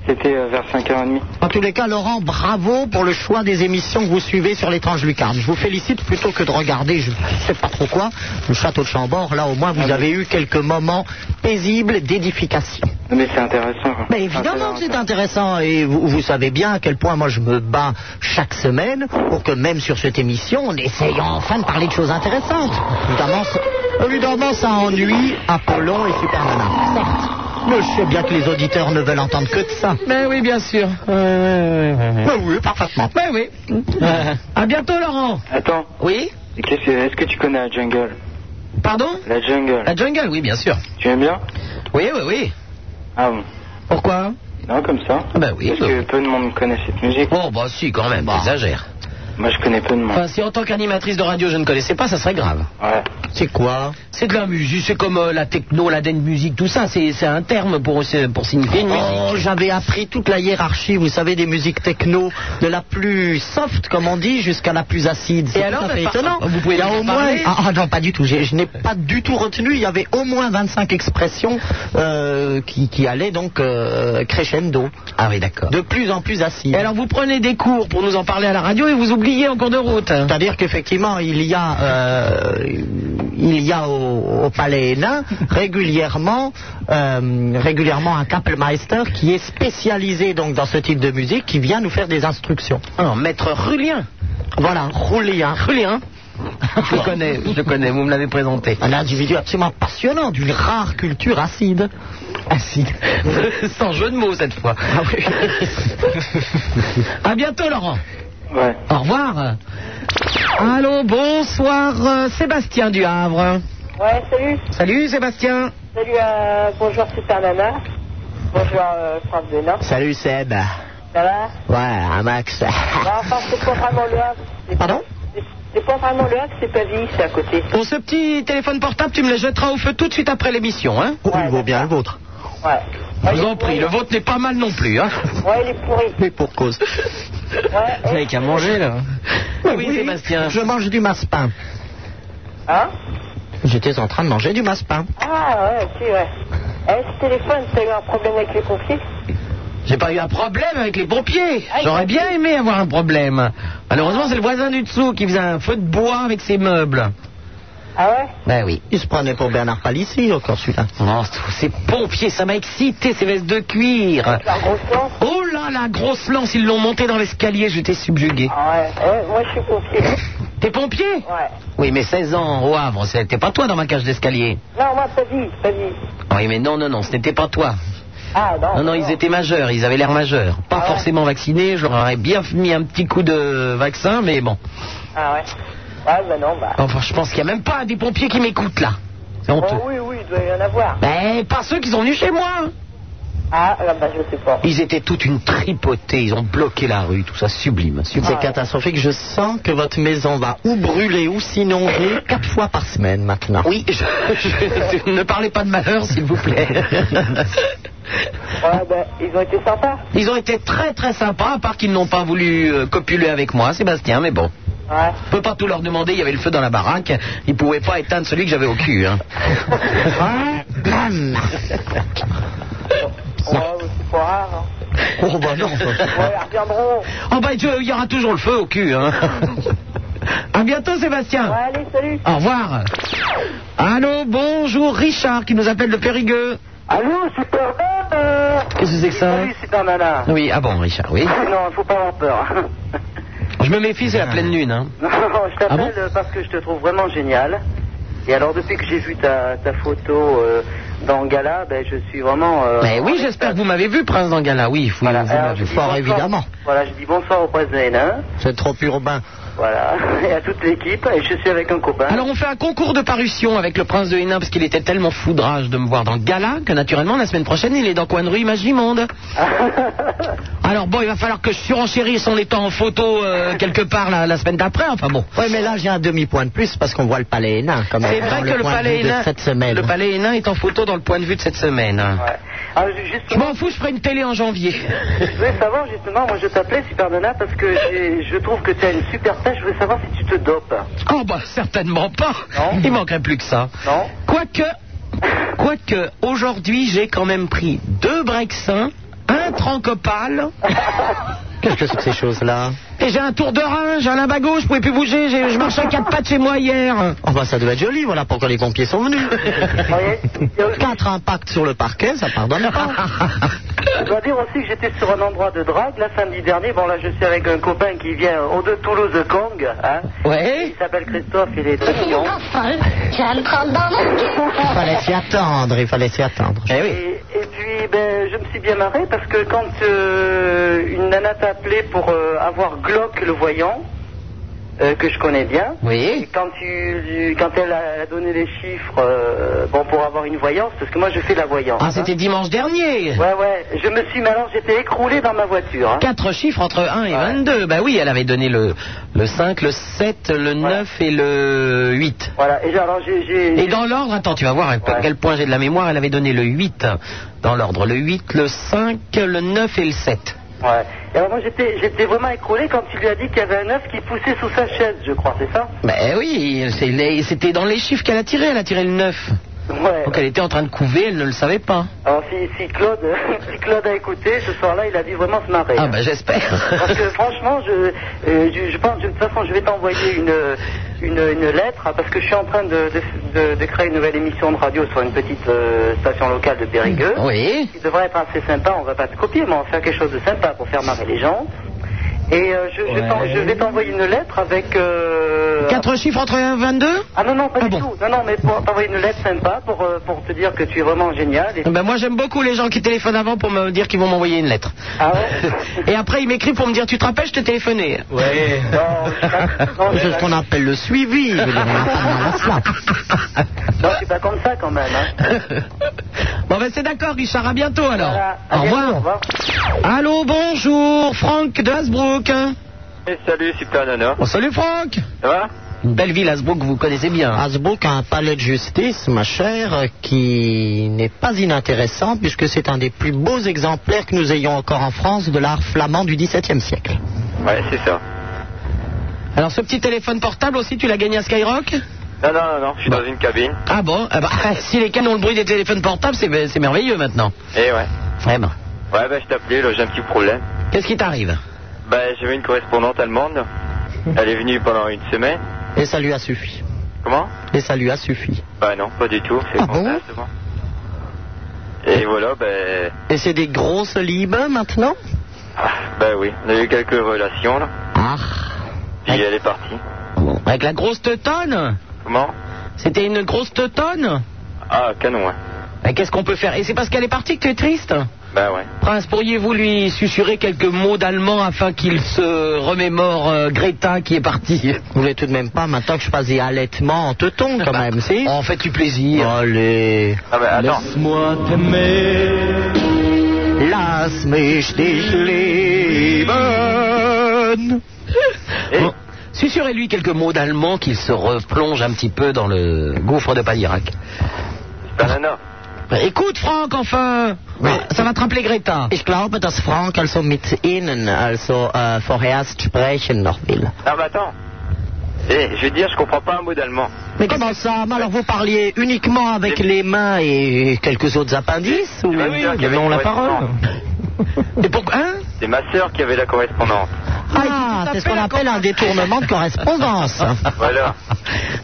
C'était euh, vers 5h30. En tous les cas, Laurent, bravo pour le choix des émissions que vous suivez sur l'étrange lucarne. Je vous félicite plutôt que de regarder, je ne sais pas trop quoi, le château de Chambord. Là, au moins, vous avez eu quelques moments paisibles d'édification. Non, Mais c'est intéressant. quoi. Ah, Mais Bah, évidemment que c'est intéressant et vous, vous savez bien à quel point moi je me bats chaque semaine pour que même sur cette émission on essaye enfin de parler de choses intéressantes. Évidemment, ça- évidemment ça ennuie Apollon et Superman. Certes, mais je sais bien que les auditeurs ne veulent entendre que de ça. Euh, Mais oui, bien sûr. Ouais, ouais, ouais, ouais, ouais. Mais oui, parfaitement. Mais oui. Euh, À bientôt, Laurent. Attends, Oui. qu'est-ce que- est-ce que tu connais la jungle Pardon La jungle. La jungle, oui, bien sûr. Tu aimes bien Oui, oui, oui. Ah bon Pourquoi Non, comme ça Ah bah oui, Parce bah que peu de monde connaît cette musique. Bon, Oh, bah si, quand même, exagère. Moi, je connais peu de monde. Enfin, si en tant qu'animatrice de radio je ne connaissais pas, ça serait grave. Ouais. C'est quoi C'est de la musique, c'est comme euh, la techno, la dance music, tout ça, c'est c'est un terme pour, pour signifier une musique. Oh, j'avais appris toute la hiérarchie, vous savez, des musiques techno, de la plus soft, comme on dit, jusqu'à la plus acide. C'est alors, tout à fait mais par- étonnant. vous pouvez Il y a nous au en moins... parler ah, ah, non, pas du tout. J'ai- Je n'ai pas du tout retenu. Il y avait au moins 25 expressions euh, qui, qui allaient donc euh, crescendo, Ah oui, d'accord. de plus en plus acides. Et alors, vous prenez des cours pour nous en parler à la radio et vous oubliez en cours de route. Euh, C'est-à-dire qu'effectivement, il y a, euh, il y a au, au Palais Hénin régulièrement, euh, régulièrement un Kapellmeister qui est spécialisé donc dans ce type de musique, qui vient nous faire des instructions. Alors, Maître Rulien. Voilà, Roulien, Rulien. Je le connais, je le connais, vous me l'avez présenté. un individu absolument passionnant, d'une rare culture acide. Acide. Sans jeu de mots cette fois. Ah À bientôt, Laurent. Ouais. Au revoir. Allô, bonsoir, euh, Sébastien du Havre. Ouais, salut. Salut, Sébastien. Salut à... Bonjour Super Nana. Bonjour euh, France de Nord. Salut Seb. Ça va Ouais, un max. Bah, enfin, c'est pas vraiment le Havre. C'est- Pardon c'est- C'est pas vraiment le Havre, c'est Pavie, c'est à côté. Pour ce petit téléphone portable, tu me le jetteras au feu tout de suite après l'émission, hein il vaut bien le vôtre. Ouais. Je vous en prie, le vôtre n'est pas mal non plus, hein Ouais, il est pourri. Mais pour cause. Vous n'avez qu'à manger, là. Oui, Sébastien. Je mange du massepain. Hein J'étais en train de manger du massepain. Ah, ouais, ok, ouais. Eh, ce téléphone, t'as eu un problème avec les pompiers J'ai pas eu un problème avec les pompiers. J'aurais bien aimé avoir un problème. Malheureusement, c'est le voisin du dessous qui faisait un feu de bois avec ses meubles. Ah ouais Ben oui. Il se prenait pour Bernard Palissy, encore celui-là. Non, c'est- ces pompiers, ça m'a excité, ces vestes de Ah, cuir. La grosse lance Oh là, la grosse lance, ils l'ont montée dans l'escalier, j'étais subjugué. Ah ouais, ouais, moi je suis pompier. T'es pompier Ouais. Oui, mais 16 ans au Havre, c'était pas toi dans ma cage d'escalier. Non, moi Pavie, Pavie. Oui, mais non, non, non, ce n'était pas toi. Ah non. Non, non, ils étaient majeurs, ils avaient l'air majeurs. Pas Ah ouais forcément vaccinés, je leur aurais bien mis un petit coup de vaccin, mais bon. Ah ouais. Ouais, bah non, bah. Enfin, je pense qu'il n'y a même pas des pompiers qui m'écoutent là. C'est honteux. Oh, oui, oui, il doit y en avoir. Ben, pas ceux qui sont venus chez moi. hein. Ah, là, bah je sais pas. Ils étaient toute une tripotée, ils ont bloqué la rue, tout ça sublime. sublime. C'est catastrophique. Je sens que votre maison va ou brûler ou s'inonder quatre fois par semaine maintenant. Oui, je- je- ne parlez pas de malheur, s'il vous plaît. Ouais, bah, ils ont été sympas. Ils ont été très très sympas, à part qu'ils n'ont pas voulu euh, copuler avec moi, Sébastien, mais bon. Ouais. Je peux pas tout leur demander, il y avait le feu dans la baraque, ils pouvaient pas éteindre celui que j'avais au cul. hein. Ouais, ouais, c'est pas rare. hein. Oh bah non. Ouais, ils reviendront. Oh ben Dieu, il y aura toujours le feu au cul. Hein. à bientôt Sébastien. Ouais, allez, salut. Au revoir. Allô, bonjour Richard qui nous appelle de Périgueux. Allô, Superman euh... Qu'est-ce que c'est que ça Salut, c'est un nana. Oui, ah bon Richard, oui. hein. Non, faut pas avoir peur. Je me méfie, c'est la pleine lune. Hein. Non, je t'appelle Ah bon euh, parce que je te trouve vraiment génial. Et alors, depuis que j'ai vu ta, ta photo euh, dans Gala, ben, je suis vraiment... euh, Mais Ben oui, j'espère que vous m'avez vu, Prince d'Angala. Oui, vous, vous Alors, m'avez je vu. dis fort, bonsoir- évidemment. Voilà, je dis bonsoir au président, hein. C'est trop urbain. Voilà, et à toute l'équipe. Et je suis avec un copain. Alors on fait un concours de parution avec le prince de Hénin parce qu'il était tellement foudrage de me voir dans le gala que naturellement la semaine prochaine il est dans Coin de Rue Image du Monde. Alors bon il va falloir que je surenchérisse en étant en photo euh, quelque part la, la semaine d'après, enfin bon. Oui, mais là, j'ai un demi-point de plus parce qu'on voit le palais Hénin quand même. C'est dans vrai que le point de palais, vue de Hénin, cette semaine. le palais Hénin est en photo dans le point de vue de cette semaine. Ouais. Alors, ju- Je justement, m'en fous, je ferai une télé en janvier. je voulais savoir, justement, moi je t'appelais Super Nana parce que j'ai- je trouve que tu as une super tâche. Je voulais savoir si tu te dopes. Oh bah certainement pas. Non. Il manquerait plus que ça. Non. Quoique, quoique aujourd'hui j'ai quand même pris deux Brexins, un trancopale. Qu'est-ce que c'est que ces choses-là Et j'ai un tour de rein, j'ai un lumbago, je pouvais plus bouger, j'ai- je marchais à quatre pattes chez moi hier. Oh bah ça devait être joli, voilà pourquoi les pompiers sont venus. Ouais, il y a- Quatre impacts sur le parquet, ça pardonne pas. Je dois dire aussi que j'étais sur un endroit de drague, là, samedi dernier. Bon, là, je suis avec un copain qui vient euh, au de Toulouse de Kong, hein. Ouais. Il s'appelle Christophe, il est très mignon. Il fallait s'y attendre, il fallait s'y attendre. Eh oui. Et, et puis, ben, je me suis bien marré parce que quand euh, une nana t'a appelé pour euh, avoir Glock le voyant, euh, que je connais bien, et Oui. quand, tu, quand elle a donné les chiffres euh, bon, pour avoir une voyance, parce que moi je fais de la voyance. Ah, c'était dimanche dernier. hein. Ouais, ouais, je me suis, mais alors j'étais écroulé dans ma voiture. hein. Quatre chiffres entre 1 et 22. Bah oui, elle avait donné le, le 5, le 7, le 9 et le 8. Voilà, et j'ai- alors j'ai- j'ai. Et dans l'ordre, attends, tu vas voir à quel point j'ai de la mémoire, elle avait donné le 8. Dans l'ordre, le 8, le 5, le 9 et le 7. Ouais. Et alors moi j'étais j'étais vraiment écroulé quand tu lui as dit qu'il y avait un œuf qui poussait sous sa chaise, je crois, c'est ça Bah oui, c'est les- c'était dans les chiffres qu'elle a tiré, elle a tiré le 9. Ouais. Donc elle était en train de couver, elle ne le savait pas. Alors si, si Claude si Claude a écouté, ce soir-là il a dû vraiment se marrer. Ah bah j'espère. Parce que franchement, je, euh, je, je pense, de toute façon, je vais t'envoyer une, une, une lettre, hein, parce que je suis en train de, de- de- de créer une nouvelle émission de radio sur une petite euh, station locale de Périgueux. Oui. qui devrait être assez sympa. On va pas te copier, mais on va faire quelque chose de sympa pour faire marrer les gens. Et euh, je, je Ouais. t'en- je vais t'envoyer une lettre avec. Euh... Quatre chiffres entre 1 et 22 Ah non, non, pas Ah du bon. tout. Non, non, mais pour t'envoyer une lettre sympa pour, euh, pour te dire que tu es vraiment génial. Et... Eh ben moi j'aime beaucoup les gens qui téléphonent avant pour me dire qu'ils vont m'envoyer une lettre. Ah ouais Et après ils m'écrivent pour me dire tu te rappelles je t'ai téléphoné. Non, je suis pas- non, euh, je- C'est ce qu'on appelle le suivi. je veux dire, on n'a pas mal à cela. non, je suis pas comme ça quand même. hein. bon ben c'est d'accord Richard, à bientôt alors. Voilà. À Au bientôt, revoir. Au revoir. Allô, bonjour, Franck de Hasbrook. Eh, salut, super nana. Bon, salut Franck. Ça va Une belle ville, Hasbrook, que vous connaissez bien. Hasbrook a un palais de justice, ma chère, qui n'est pas inintéressant puisque c'est un des plus beaux exemplaires que nous ayons encore en France de l'art flamand du XVIIe siècle. Ouais, c'est ça. Alors, ce petit téléphone portable aussi, tu l'as gagné à Skyrock Non, non, non, non, Bah. je suis dans une cabine. Ah bon Ah bah, Si les cannes ont le bruit des téléphones portables, c'est c'est merveilleux maintenant. Eh ouais. Vraiment. Ouais, bah je t'appelais, là, j'ai un petit problème. Qu'est-ce qui t'arrive Bah, j'avais une correspondante allemande. Elle est venue pendant une semaine. Et ça lui a suffi. Comment Et ça lui a suffi. Bah non, pas du tout, c'est Ah le bon contraire, souvent. Et voilà, ben, Et c'est des grosses libres maintenant ben oui, on a eu quelques relations là, Ah, puis elle est partie. Avec la grosse teutonne Comment C'était une grosse teutonne Ah, canon, ouais. Mais Qu'est-ce qu'on peut faire Et c'est parce qu'elle est partie que tu es triste Ben ouais. Prince, pourriez-vous lui susurrer quelques mots d'allemand afin qu'il se remémore euh, Greta qui est partie vous voulez tout de même pas maintenant que je fasse des allaitements en teuton quand même, si En fait, tu plaisir. Allez. Ah ben attends, Laisse-moi t'aimer. Lass mich dich lieben. Oh. Bon, Susurrez-lui quelques mots d'allemand qu'il se replonge un petit peu dans le gouffre de Padirac. c'est un nana. Bah, Écoute, Franck, enfin Ah, Ça va te rappeler Greta. Ich glaube, dass Frank also mit Ihnen also äh, vorerst sprechen noch will. Ah ben attends. Eh, je veux dire, je comprends pas un mot d'allemand. Mais comment ça mais Alors vous parliez uniquement avec les mains et quelques autres appendices ou Eh ben oui, il y avait non une la parole correspondante. Et pourquoi Hein C'est ma sœur qui avait la correspondante. Ah, c'est ce qu'on appelle un détournement de correspondance. Voilà.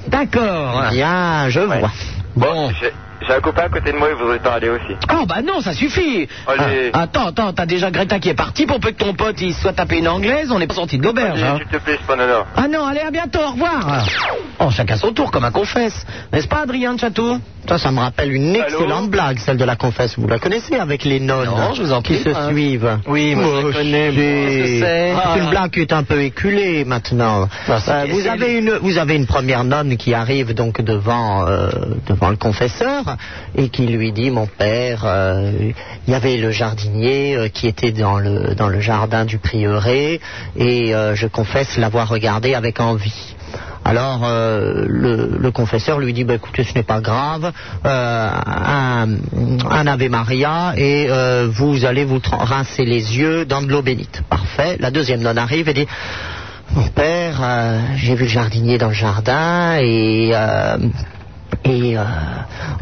D'accord. Eh Bien, je vois. Bon. J'ai j'ai un copain à côté de moi, il voudrait parler aussi. Oh bah non, ça suffit. Allez. Ah, attends, attends, t'as déjà Greta qui est partie pour peu que ton pote il se soit tapé une anglaise, on n'est pas sorti de l'auberge. hein. Allez, S'il te plaît, c'est pas nana. Ah non, allez, à bientôt, au revoir. Oh, chacun son tour, comme un confesse. N'est-ce pas, Adrien de Château Ça, ça me rappelle une excellente Allô blague, celle de la confesse. Vous la connaissez avec les nonnes Non, je vous en qui prie, se hein. suivent. Oui, moi, je la connais, moi, je si. sais. C'est Ah. une blague qui est un peu éculée maintenant. Bah, c'est- Euh, vous c'est- avez une, vous avez une première nonne qui arrive donc devant euh, devant le confesseur et qui lui dit mon père, euh, il y avait le jardinier euh, qui était dans le dans le jardin du prieuré et euh, je confesse l'avoir regardé avec envie. Alors euh, le, le confesseur lui dit bah, écoutez ce n'est pas grave euh, un, un Ave Maria et euh, vous allez vous tra- rincer les yeux dans de l'eau bénite. Parfait. La deuxième nonne arrive et dit mon père euh, j'ai vu le jardinier dans le jardin et euh, et euh,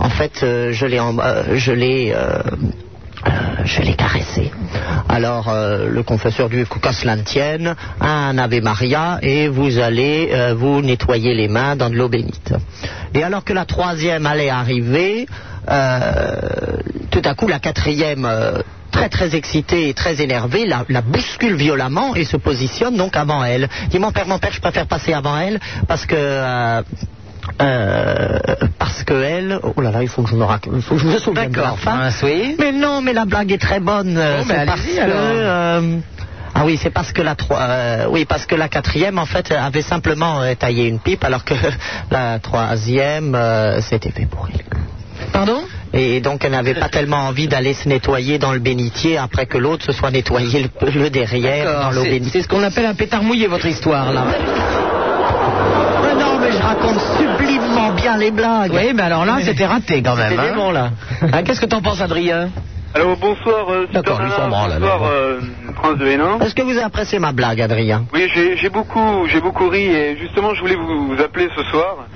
en fait euh, je l'ai en- euh, je l'ai euh, euh, je l'ai caressé. Alors euh, le confesseur du qu'à cela ne tienne, un Ave Maria, et vous allez euh, vous nettoyer les mains dans de l'eau bénite. Et alors que la troisième allait arriver, euh, tout à coup la quatrième, euh, très très excitée et très énervée, la, la bouscule violemment et se positionne donc avant elle. Dit mon père, mon père, je préfère passer avant elle parce que... euh, euh, parce que elle, oh là là, il faut que je me, rac- il faut que je me souvienne de la D'accord. fin. Prince, oui. Mais non, mais la blague est très bonne. euh, Bon, c'est ben, parce allez-y, que, alors. euh, ah oui, c'est parce que la trois, euh, oui, parce que la quatrième en fait avait simplement euh, taillé une pipe, alors que la troisième euh, s'était fait pour elle. Pardon Et donc elle n'avait pas tellement envie d'aller se nettoyer dans le bénitier après que l'autre se soit nettoyé le, le derrière dans l'eau c'est bénite. c'est ce qu'on appelle un pétard mouillé, votre histoire, là. Mais non, mais je raconte sublimement bien les blagues. Oui, mais alors là, c'était raté quand même. C'était hein. bon, là. Ah, Qu'est-ce que t'en penses, Adrien Alors bonsoir, euh, D'accord, Super lui, s'en Nana, branle, bonsoir, alors. euh, Prince de Hénin. Est-ce que vous appréciez ma blague, Adrien Oui, j'ai j'ai beaucoup, j'ai beaucoup ri et justement je voulais vous, vous appeler ce soir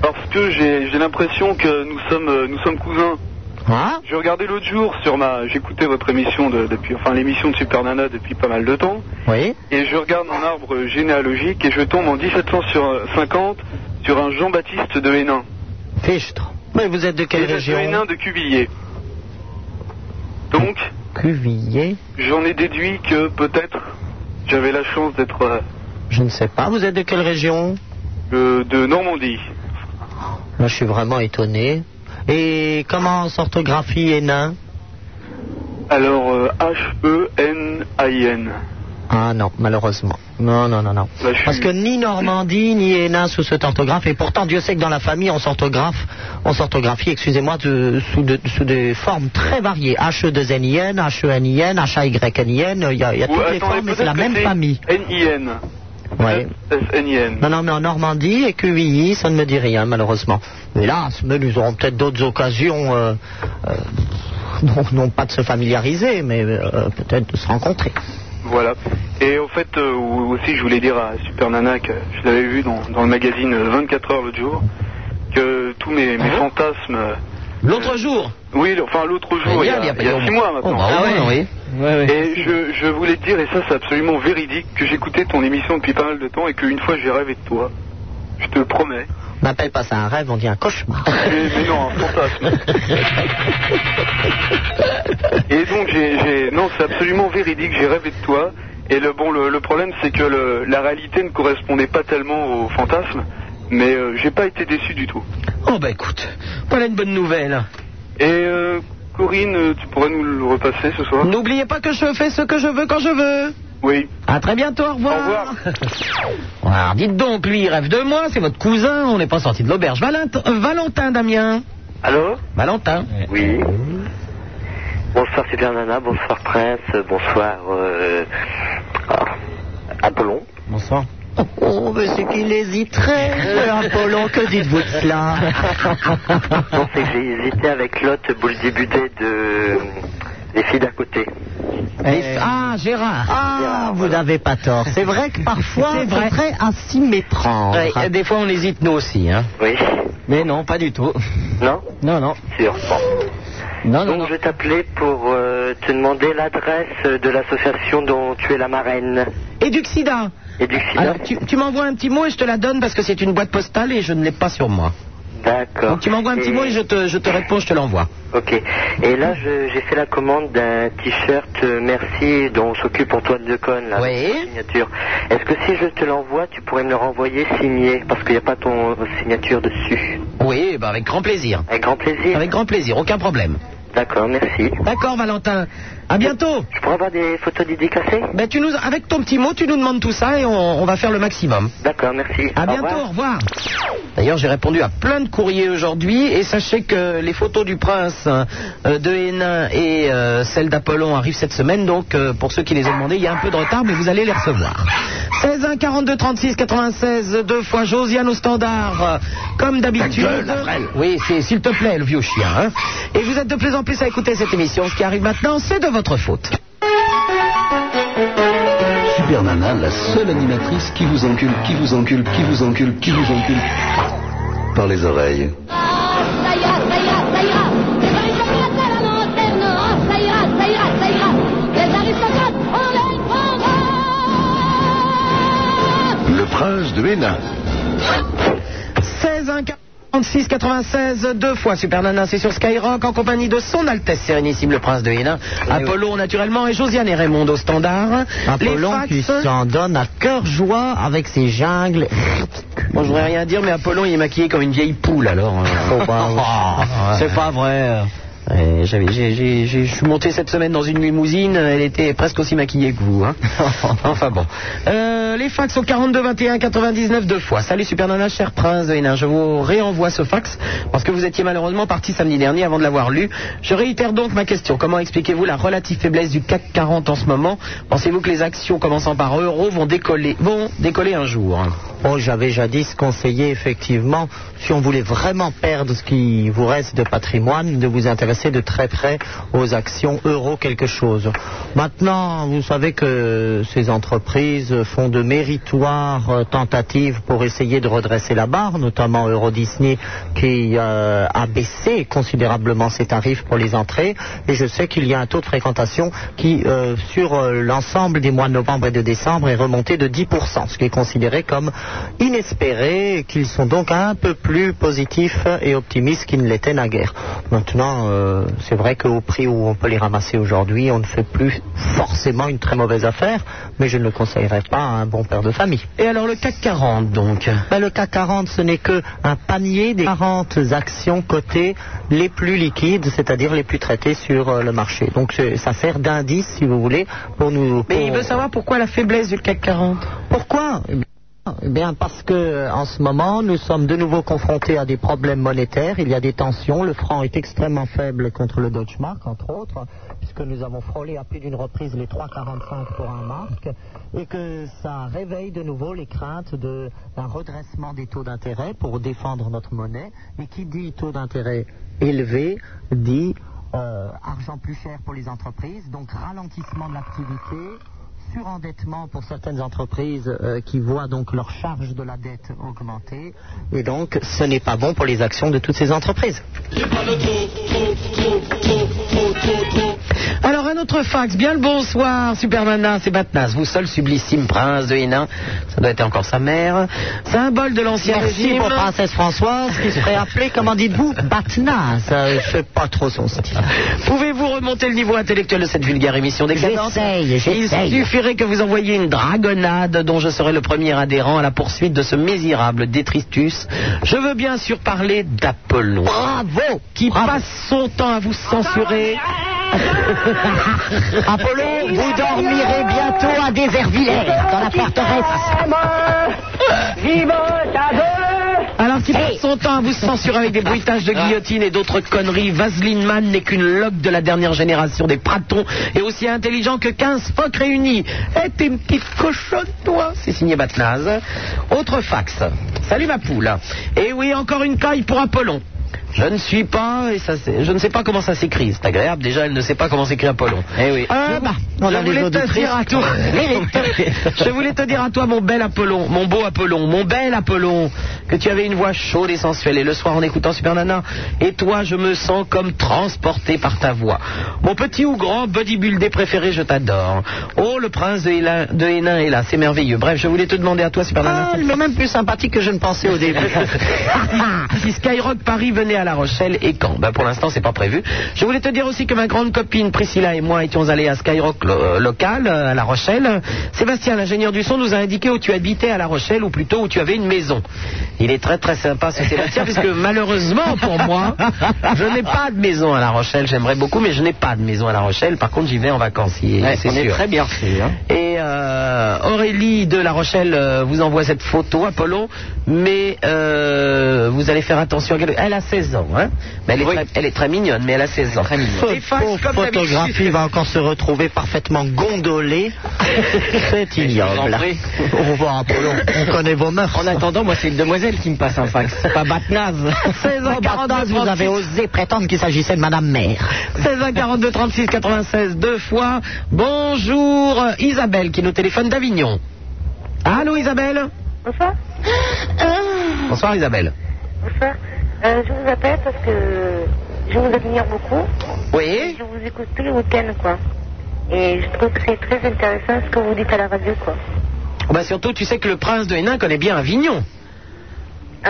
parce que j'ai j'ai l'impression que nous sommes, euh, nous sommes cousins. Hein J'ai regardé l'autre jour sur ma, j'écoutais votre émission de- depuis, enfin l'émission de Super Nana depuis pas mal de temps Oui. et je regarde mon arbre généalogique et je tombe en 1750 sur un Jean-Baptiste de Hénin. Fichtre. Mais vous êtes de quelle Et de région Hénin de Cuvilliers. Donc Cuvilliers. j'en ai déduit que peut-être j'avais la chance d'être euh, Je ne sais pas. Vous êtes de quelle région euh, de Normandie. Là, je suis vraiment étonné. Et comment s'orthographie Hénin Alors, euh, H-E-N-A-I-N. Ah non, malheureusement. Non, non, non, non. Bah, je suis- Parce que ni Normandie, ni Hénin sous cette orthographe. Et pourtant, Dieu sait que dans la famille, on s'orthographe, on s'orthographie, excusez-moi, de- sous, de- sous des formes très variées. E H-E-2-N-I-N, H-E-N-I-N, H-A-Y-N-I-N. Il y a, il y a Ou, toutes les attendez, formes, mais c'est peut-être la que même c'est famille. N-I-N. Oui. S-N-I-N. Non, non, mais en Normandie et Quevilly, ça ne me dit rien, malheureusement. Hélas, mais nous aurons peut-être d'autres occasions, euh, euh, non, non pas de se familiariser, mais euh, peut-être de se rencontrer. Voilà. Et au fait, euh, aussi, je voulais dire à Super Nana que je l'avais vu dans, dans le magazine euh, 24 heures l'autre jour, que tous mes, mes Ah fantasmes. euh, L'autre jour Oui, le- enfin l'autre jour, il y a, il y a six mois maintenant. Ah ouais, oui. Et je, je voulais te dire, et ça c'est absolument véridique, que j'écoutais ton émission depuis pas mal de temps et qu'une fois j'ai rêvé de toi. Je te le promets. On n'appelle pas ça un rêve, on dit un cauchemar. Mais, mais non, un fantasme. Et donc j'ai, j'ai- non, c'est absolument véridique. J'ai rêvé de toi. Et le bon, le, le problème c'est que le- la réalité ne correspondait pas tellement au fantasme. Mais euh, j'ai pas été déçu du tout. Oh bah écoute, voilà une bonne nouvelle. Et euh, Corinne, euh, tu pourrais nous le repasser ce soir N'oubliez pas que je fais ce que je veux quand je veux. Oui. À très bientôt, au revoir. Au revoir. Alors, dites donc, lui, il rêve de moi, c'est votre cousin, on n'est pas sorti de l'auberge. Valent- euh, Valentin, Damien. Allô Valentin. Oui. Bonsoir Super Nana, bonsoir Prince, bonsoir euh, ah, Apollon. Bonsoir. Oh, mais c'est qu'il hésiterait, euh, Apollon, que dites-vous de cela Non, c'est que j'ai hésité avec l'autre boule débuté de les filles d'à côté. Eh, Ah, Gérard. Ah, vous n'avez pas tort. C'est vrai que parfois, C'est vrai. c'est très à s'y méprendre. Ouais, euh, des fois, on hésite, nous aussi. Hein. Oui. Mais non, pas du tout. Non Non, non. Sûr. Bon. Non, non, non. Donc je t'appelais pour euh, te demander l'adresse de l'association dont tu es la marraine. Et Duxida. Et du Sida. Alors, tu, tu m'envoies un petit mot et je te la donne parce que c'est une boîte postale et je ne l'ai pas sur moi. D'accord. Donc, tu m'envoies un petit mot et je te, je te réponds, je te l'envoie. Ok. Et là, je- j'ai fait la commande d'un t-shirt euh, Merci dont s'occupe Antoine Deconne, là, Oui. sa signature. Est-ce que si je te l'envoie, tu pourrais me le renvoyer signé Parce qu'il n'y a pas ton signature dessus. Oui, bah, avec grand plaisir. Avec grand plaisir. Avec grand plaisir, aucun problème. D'accord, merci. D'accord, Valentin. À bientôt. Je pourrais avoir des photos dédicacées Ben, tu nous, avec ton petit mot, tu nous demandes tout ça et on, on va faire le maximum. D'accord, merci. À Au bientôt, revoir. au revoir. D'ailleurs, j'ai répondu à plein de courriers aujourd'hui et sachez que les photos du prince euh, de Hénin et euh, celles d'Apollon arrivent cette semaine. Donc, euh, pour ceux qui les ont demandées, il y a un peu de retard, mais vous allez les recevoir. 16 1 42 36 96 deux fois Josiane au standard, euh, comme d'habitude. Oui, c'est s'il te plaît, le vieux chien. hein. Et vous êtes de plus en plus à écouter cette émission. Ce qui arrive maintenant, c'est de votre faute. Super Nana, la seule animatrice qui vous encule, qui vous encule, qui vous encule, qui vous encule. Par les oreilles. Ah, Ça ira, ça ira, ça ira. Les aristocrates à la montagne, oh, ça ira, ça ira, ça ira. Les aristocrates, on les prendra. Le prince de Hénin. 16 1 46 96 deux fois Super Nana c'est sur Skyrock en compagnie de son Altesse Sérénissime le Prince de Hénin Apollon naturellement et Josiane et Raymond au standard Apollon les qui fax hein. s'en donne à cœur joie avec ses jungles. bon je voudrais rien dire mais Apollon il est maquillé comme une vieille poule alors euh. Oh, bah, ouais. c'est pas vrai Ouais, j'avais- j'ai- j'ai- j'ai- Je suis monté cette semaine dans une limousine, elle était presque aussi maquillée que vous. hein. enfin bon. Euh, les fax au 42 21 99 deux fois. Salut Super Nana, cher prince de Hénin. Je vous réenvoie ce fax parce que vous étiez malheureusement parti samedi dernier avant de l'avoir lu. Je réitère donc ma question. Comment expliquez-vous la relative faiblesse du CAC 40 en ce moment Pensez-vous que les actions commençant par euros vont décoller, vont décoller un jour Oh, j'avais jadis conseillé effectivement, si on voulait vraiment perdre ce qui vous reste de patrimoine, de vous intéresser de très près aux actions euro quelque chose. Maintenant, vous savez que ces entreprises font de méritoires euh, tentatives pour essayer de redresser la barre, notamment Euro Disney qui euh, a baissé considérablement ses tarifs pour les entrées. Et je sais qu'il y a un taux de fréquentation qui, euh, sur euh, l'ensemble des mois de novembre et de décembre, est remonté de 10%, ce qui est considéré comme inespéré, et qu'ils sont donc un peu plus positifs et optimistes qu'ils ne l'étaient naguère. Maintenant, euh, c'est vrai qu'au prix où on peut les ramasser aujourd'hui, on ne fait plus forcément une très mauvaise affaire, mais je ne le conseillerais pas à un bon père de famille. Et alors le CAC 40 donc Ben, le CAC 40, ce n'est qu'un panier des 40 actions cotées les plus liquides, c'est-à-dire les plus traitées sur euh, le marché. Donc c'est- ça sert d'indice, si vous voulez, pour nous. Mais il pour- veut savoir pourquoi la faiblesse du CAC 40 pourquoi Eh bien, parce que euh, en ce moment, nous sommes de nouveau confrontés à des problèmes monétaires. Il y a des tensions. Le franc est extrêmement faible contre le Deutsche Mark, entre autres, puisque nous avons frôlé à plus d'une reprise les 3,45 pour un marque, et que ça réveille de nouveau les craintes de- d'un redressement des taux d'intérêt pour défendre notre monnaie. Et qui dit taux d'intérêt élevé dit euh, argent plus cher pour les entreprises, donc ralentissement de l'activité, surendettement pour certaines entreprises euh, qui voient donc leur charge de la dette augmenter. Et donc, ce n'est pas bon pour les actions de toutes ces entreprises. Alors un autre fax, bien le bonsoir, Super Nana, c'est Batnas, vous seul sublissime prince de Hénin, ça doit être encore sa mère, symbole de l'ancien Merci régime. pour Princesse Françoise, qui serait appelée, comment dites-vous, Batna. Ça, Euh, je sais pas trop son style. Pouvez-vous remonter le niveau intellectuel de cette vulgaire émission d'excellence J'essaye, j'essaye. Il suffirait que vous envoyiez une dragonnade dont je serai le premier adhérent à la poursuite de ce misérable détritus. Je veux bien sûr parler d'Apollon. Bravo Hein Qui passe son temps à vous censurer. Apollon, vous dormirez bientôt à des Vervillers, dans la forteresse. Alors qu'il passe son temps à vous censurer avec des bruitages de guillotine et d'autres conneries, Vaseline Man n'est qu'une loque de la dernière génération des pratons et aussi intelligent que 15 phoques réunis. Eh, t'es une petite cochonne, toi C'est signé Batnaz. Autre fax. Salut ma poule. Et oui, encore une caille pour Apollon. Je ne suis pas, et ça, c'est- je ne sais pas comment ça s'écrit. C'est agréable, déjà, elle ne sait pas comment s'écrit Apollon. Eh oui. Ah bah, On je a des voulais te auditrices dire à qui toi. méritent. Je voulais te dire à toi, mon bel Apollon, mon beau Apollon, mon bel Apollon, que tu avais une voix chaude et sensuelle. Et le soir, en écoutant Super Nana, et toi, je me sens comme transporté par ta voix. Mon petit ou grand bodybuildé préféré, je t'adore. Oh, le prince de Hénin, de Hénin est là, c'est merveilleux. Bref, je voulais te demander à toi, Super Nana. Ah, elle m'est même plus sympathique que je ne pensais au début. si Skyrock Paris venait à La Rochelle et quand ben Pour l'instant, c'est pas prévu. Je voulais te dire aussi que ma grande copine Priscilla et moi étions allés à Skyrock lo- local euh, à La Rochelle. Sébastien, l'ingénieur du son, nous a indiqué où tu habitais à La Rochelle ou plutôt où tu avais une maison. Il est très très sympa ce Sébastien puisque malheureusement pour moi, je n'ai pas de maison à La Rochelle. J'aimerais beaucoup, mais je n'ai pas de maison à La Rochelle. Par contre, j'y vais en vacances. il- Ouais, c'est on est sûr. très bien reçus, hein. Et euh, Aurélie de La Rochelle euh, vous envoie cette photo, Apollon, mais euh, vous allez faire attention. à quel- Elle a 16 ans, hein mais elle, est très, elle est très mignonne, mais elle a 16 ans. Les fax, Pauvre comme d'habitude. photographie va encore se retrouver parfaitement gondolée. C'est ignoble. Au revoir, Apollon. On connaît vos mœurs. En attendant, moi, c'est une demoiselle qui me passe un fax, pas Batnaz. 16 ans, Oh, 42, Batman, vous 36. avez osé prétendre qu'il s'agissait de Madame Mère. 16 1 42 36 96 deux fois. Bonjour euh, Isabelle qui nous téléphone d'Avignon. Allô Isabelle Bonsoir. Bonsoir Isabelle. Bonsoir. Euh, je vous appelle parce que je vous admire beaucoup. Oui Je vous écoute tous les week-ends, quoi. Et je trouve que c'est très intéressant ce que vous dites à la radio, quoi. Bah surtout tu sais que le prince de Hénin connaît bien Avignon.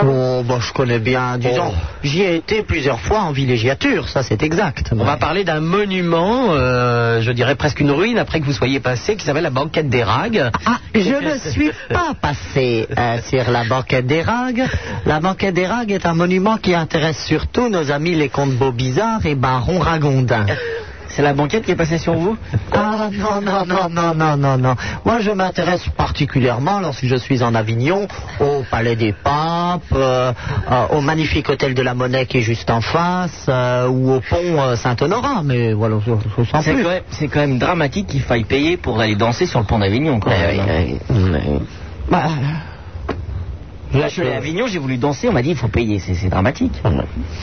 Oh, bah, je connais bien, disons. Oh. J'y ai été plusieurs fois en villégiature, ça c'est exact. On va parler d'un monument, euh, je dirais presque une ruine après que vous soyez passé, qui s'appelle la banquette des ragues. Ah, je ne suis pas passé euh, sur la banquette des ragues. La banquette des ragues est un monument qui intéresse surtout nos amis les comtes Beaubizarre et Baron Ragondin. C'est la banquette qui est passée sur vous Ah non, non, non, non, non, non, non. Moi, je m'intéresse particulièrement, lorsque je suis en Avignon, au Palais des Papes, euh, euh, au magnifique hôtel de la Monnaie qui est juste en face, euh, ou au pont euh, Saint-Honorat. Mais voilà, je, je sens C'est plus. quand, même- c'est quand même dramatique qu'il faille payer pour aller danser sur le pont d'Avignon. quand même. Bah, euh, Là, je suis allé à Avignon, j'ai voulu danser, on m'a dit il faut payer, c'est c'est dramatique.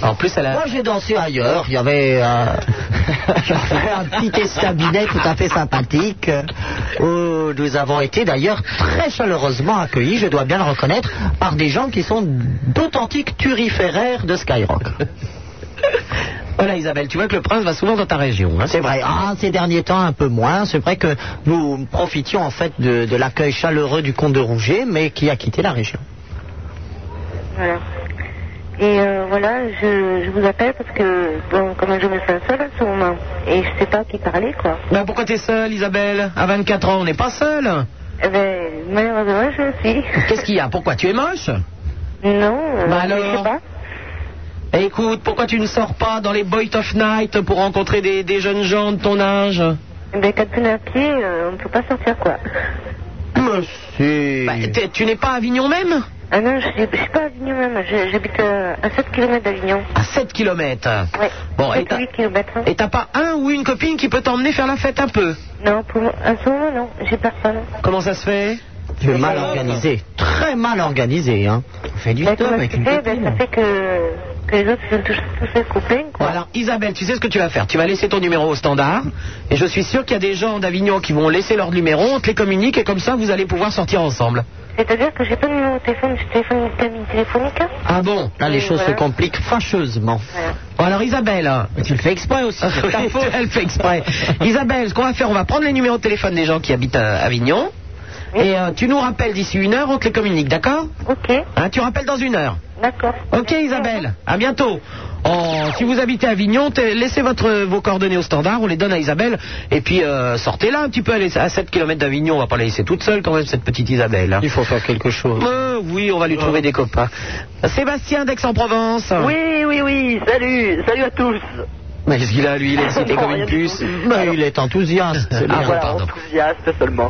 En plus, elle a... Moi, j'ai dansé ailleurs. Il y avait euh, un petit estabinet tout à fait sympathique euh, où nous avons été d'ailleurs très chaleureusement accueillis, je dois bien le reconnaître, par des gens qui sont d'authentiques turiféraires de Skyrock. Voilà Isabelle, tu vois que le prince va souvent dans ta région. hein. C'est vrai. Ah, ces derniers temps, un peu moins. C'est vrai que nous profitions en fait de, de l'accueil chaleureux du comte de Rouget, mais qui a quitté la région. Voilà. Et euh, voilà, je, je vous appelle parce que, bon, comment je me sens seule à ce moment. Et je sais pas à qui parler, quoi. Ben, pourquoi t'es seule Isabelle À 24 ans, on n'est pas seul. Eh ben, malheureusement, je le suis. Qu'est-ce qu'il y a Pourquoi tu es moche Non, euh, Bah je alors sais pas. Eh, Écoute, pourquoi tu ne sors pas dans les Boys of Night pour rencontrer des, des jeunes gens de ton âge Eh ben, quand on est à pied, euh, on peut pas sortir, quoi. Ah, si. Bah, tu n'es pas à Avignon même Ah non, je ne suis pas à Avignon même. Je- J'habite à, à 7 km d'Avignon. À 7 km. Ouais. Bon, et 7 t'as- ou hein. 8 km. et t'as pas un ou une copine qui peut t'emmener faire la fête un peu Non, pour moi, à ce moment, non. J'ai personne. Comment ça se fait Tu es mal organisé, très mal organisé. Hein. On fait du Comment tu fais Ben, Ça fait que, que les autres se sont tous, tous couplés. Bon, alors Isabelle, tu sais ce que tu vas faire Tu vas laisser ton numéro au standard et je suis sûr qu'il y a des gens d'Avignon qui vont laisser leur numéro, on te les communique et comme ça vous allez pouvoir sortir ensemble. C'est-à-dire que j'ai pas de numéro de téléphone, je téléphone une cabine téléphonique. hein. Ah bon Là, les choses se Voilà. compliquent fâcheusement. Bon, Oh, alors Isabelle, hein. tu le fais exprès aussi. c'est ta faute. Elle fait exprès. Isabelle, ce qu'on va faire, on va prendre les numéros de téléphone des gens qui habitent à Avignon et euh, tu nous rappelles d'ici une heure, on te les communique, d'accord Ok, Hein, Tu rappelles dans une heure. d'accord. Ok Isabelle, à bientôt. Oh, si vous habitez à Avignon, t'es- laissez votre, vos coordonnées au standard, on les donne à Isabelle, et puis euh, sortez là un petit peu, elle est à 7 km d'Avignon, on va pas la laisser toute seule quand même, cette petite Isabelle. hein. Il faut faire quelque chose. Euh, oui, on va lui trouver des copains. Sébastien d'Aix-en-Provence. Oui, oui, oui, salut, salut à tous. Mais qu'est-ce qu'il a, lui Il est excité comme une puce. Bah, Ben, il est enthousiaste. c'est hein. bien. Ah, voilà, pardon. enthousiaste seulement.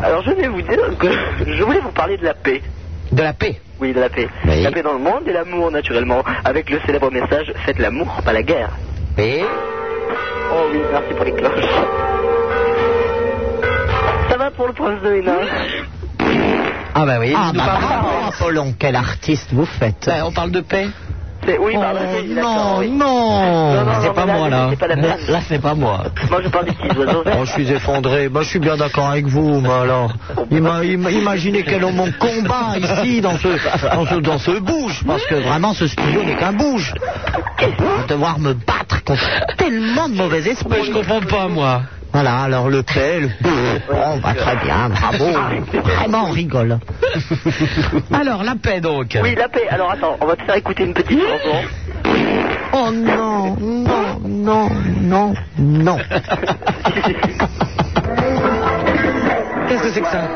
Alors je vais vous dire que je voulais vous parler de la paix. De la paix. Oui, de la paix. Oui. La paix dans le monde et l'amour naturellement, avec le célèbre message Faites l'amour, pas la guerre. Et Oh oui, merci pour les cloches. Ça va pour le prince de Hénin Ah bah oui, Ah, nous bah, parlons- bravo, Apollon, quel artiste vous faites. Ben, on parle de paix. C'est- Oui, Oh, pardon, oui, d'accord, non, oui. non, Non, non, c'est non, pas mais là, moi là, là. c'est pas la peine. Là, c'est pas moi. Moi je parle des petits oiseaux verts. Oh, je suis effondré. Bah, je suis bien d'accord avec vous. Bah, alors, Ima- im- imaginez quel est mon combat ici dans ce, dans ce, dans ce bouge, parce que vraiment ce studio n'est qu'un bouge. Je vais devoir me battre contre tellement de mauvais esprits. je comprends pas, moi. Voilà, alors le paix, le on va très bien, bravo. Vraiment, on rigole. Alors, la paix, donc. Oui, la paix. Alors attends, on va te faire écouter une petite chanson. Oh non, non, non, non, non. Qu'est-ce que c'est que ça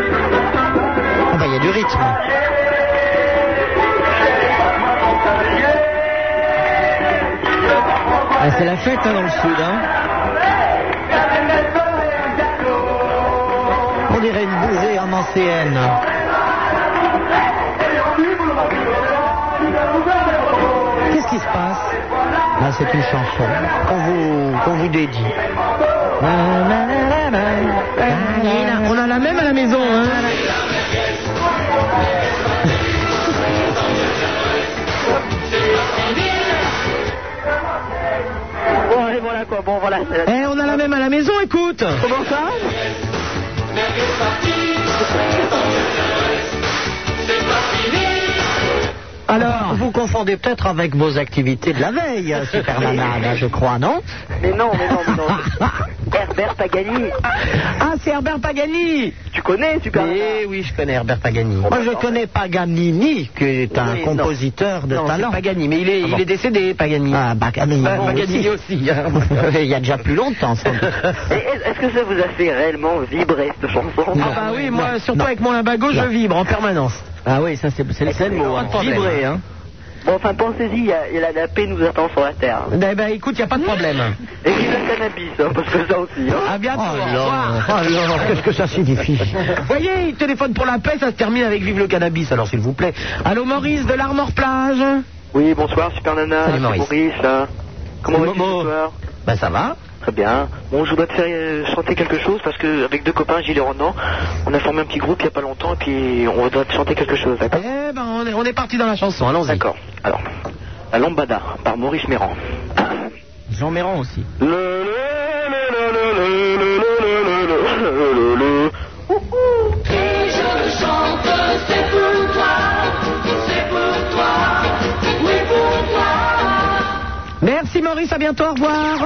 Ah bah, Il y a du rythme. Ah, c'est la fête hein, dans le sud. On dirait une bousée en ancienne. Qu'est-ce qui se passe Là, c'est une chanson qu'on vous, qu'on vous dédie. Ah, On a la même à la maison. Hein Bon, allez, voilà quoi. Bon, voilà. c'est Eh, la- on a la même à la maison, écoute Comment ça Alors, vous confondez peut-être avec vos activités de la veille, euh, Super Nana, là, je crois, non Mais non, mais non, mais non. Herbert Pagani. Ah, c'est Herbert Pagani Tu connais, super. Eh oui, je connais Herbert Pagani. Moi, je connais Paganini, qui est un Oui, non. compositeur de Oh, Non, c'est talent. Pagani, mais il est, il est décédé, Pagani. Ah, Paganini, Bah, bon, Paganini aussi, hein. Il y a déjà plus longtemps, sans doute. Et est- Est-ce que ça vous a fait réellement vibrer cette chanson Ah bah oui, moi, Non, surtout non. avec mon limbago, je vibre en permanence. Ah oui, ça, c'est c'est le seul mot. Pas de problème. Vibrer, hein. Bon, enfin, pensez-y, il y a- il y a la, la paix nous attend sur la terre. Eh ben, écoute, il a pas de problème. Et puis le cannabis, hein, parce que ça aussi. hein. À bientôt, Oh au là, revoir. oh là, qu'est-ce que ça signifie Vous voyez, téléphone pour la paix, ça se termine avec Vive le cannabis, alors s'il vous plaît. Allô Maurice de l'Armor Plage Oui, bonsoir, super nana. Salut, c'est Maurice. hein. Comment Salut, vas-tu Momo. ce soir Ben, Bah ça va Très bien. Bon, je voudrais te faire euh, chanter quelque chose parce que avec deux copains, Gilles et Ronan, on a formé un petit groupe il n'y a pas longtemps et puis on voudrait te chanter quelque chose, Eh d'accord ben on est, on est parti dans la chanson, allons-y. D'accord. Alors, La Lambada par Maurice Méran. Jean Méran aussi. Et je le chante, c'est pour toi, c'est pour toi, oui pour toi. Merci Maurice, à bientôt, au revoir.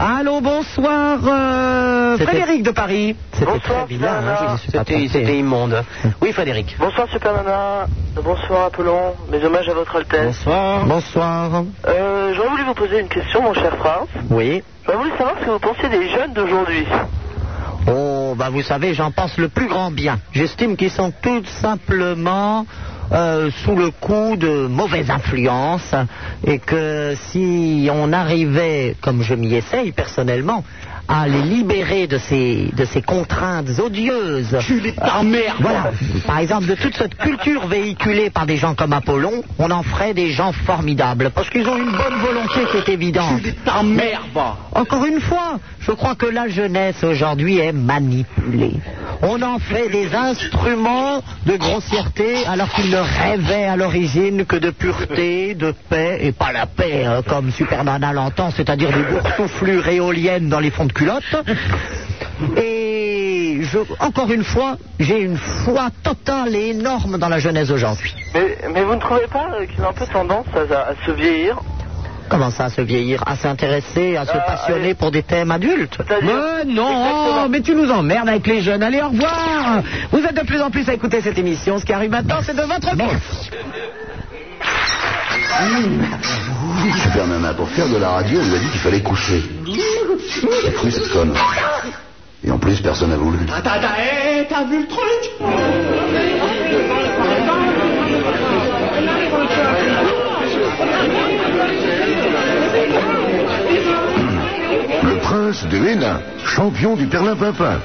Allô, bonsoir. euh, C'était- Frédéric de Paris. C'était Bonsoir, très bizarre, hein, je Clara. me suis pas trompé. immonde. Oui Frédéric. Bonsoir Super Nana, bonsoir Apollon, mes hommages à votre Altesse. Bonsoir. Bonsoir. Euh, J'aurais voulu vous poser une question, mon cher France. Oui. J'aurais voulu savoir ce que vous pensez des jeunes d'aujourd'hui. Oh, bah vous savez, j'en pense le plus grand bien. J'estime qu'ils sont tout simplement euh, sous le coup de mauvaise influence et que si on arrivait, comme je m'y essaye personnellement, à les libérer de ces, de ces contraintes odieuses. ta Euh, mère. Voilà. Par exemple, de toute cette culture véhiculée par des gens comme Apollon, on en ferait des gens formidables. Parce qu'ils ont une bonne volonté qui est évidente. Ta mère, va. Encore une fois, je crois que la jeunesse aujourd'hui est manipulée. On en fait des instruments de grossièreté alors qu'ils ne rêvaient à l'origine que de pureté, de paix, et pas la paix euh, comme Superman l'entend, c'est-à-dire des boursouflures éoliennes dans les fonds de culotte. Et je, encore une fois, j'ai une foi totale et énorme dans la jeunesse aujourd'hui. Mais, mais vous ne trouvez pas euh, qu'ils ont un peu tendance à, à- à se vieillir Comment ça, à se vieillir, à s'intéresser, à se passionner pour des thèmes adultes Mais non, mais tu nous emmerdes avec les jeunes. Allez, au revoir. Vous êtes de plus en plus à écouter cette émission. Ce qui arrive maintenant, c'est de votre faute. Super Nana, pour faire de la radio, on lui a dit qu'il fallait coucher. J'ai cru cette conne. Et en plus, personne n'a voulu. Attends, attends, hé, hé, t'as vu le truc Le prince de Hénin, champion du Perlin-Pimpin.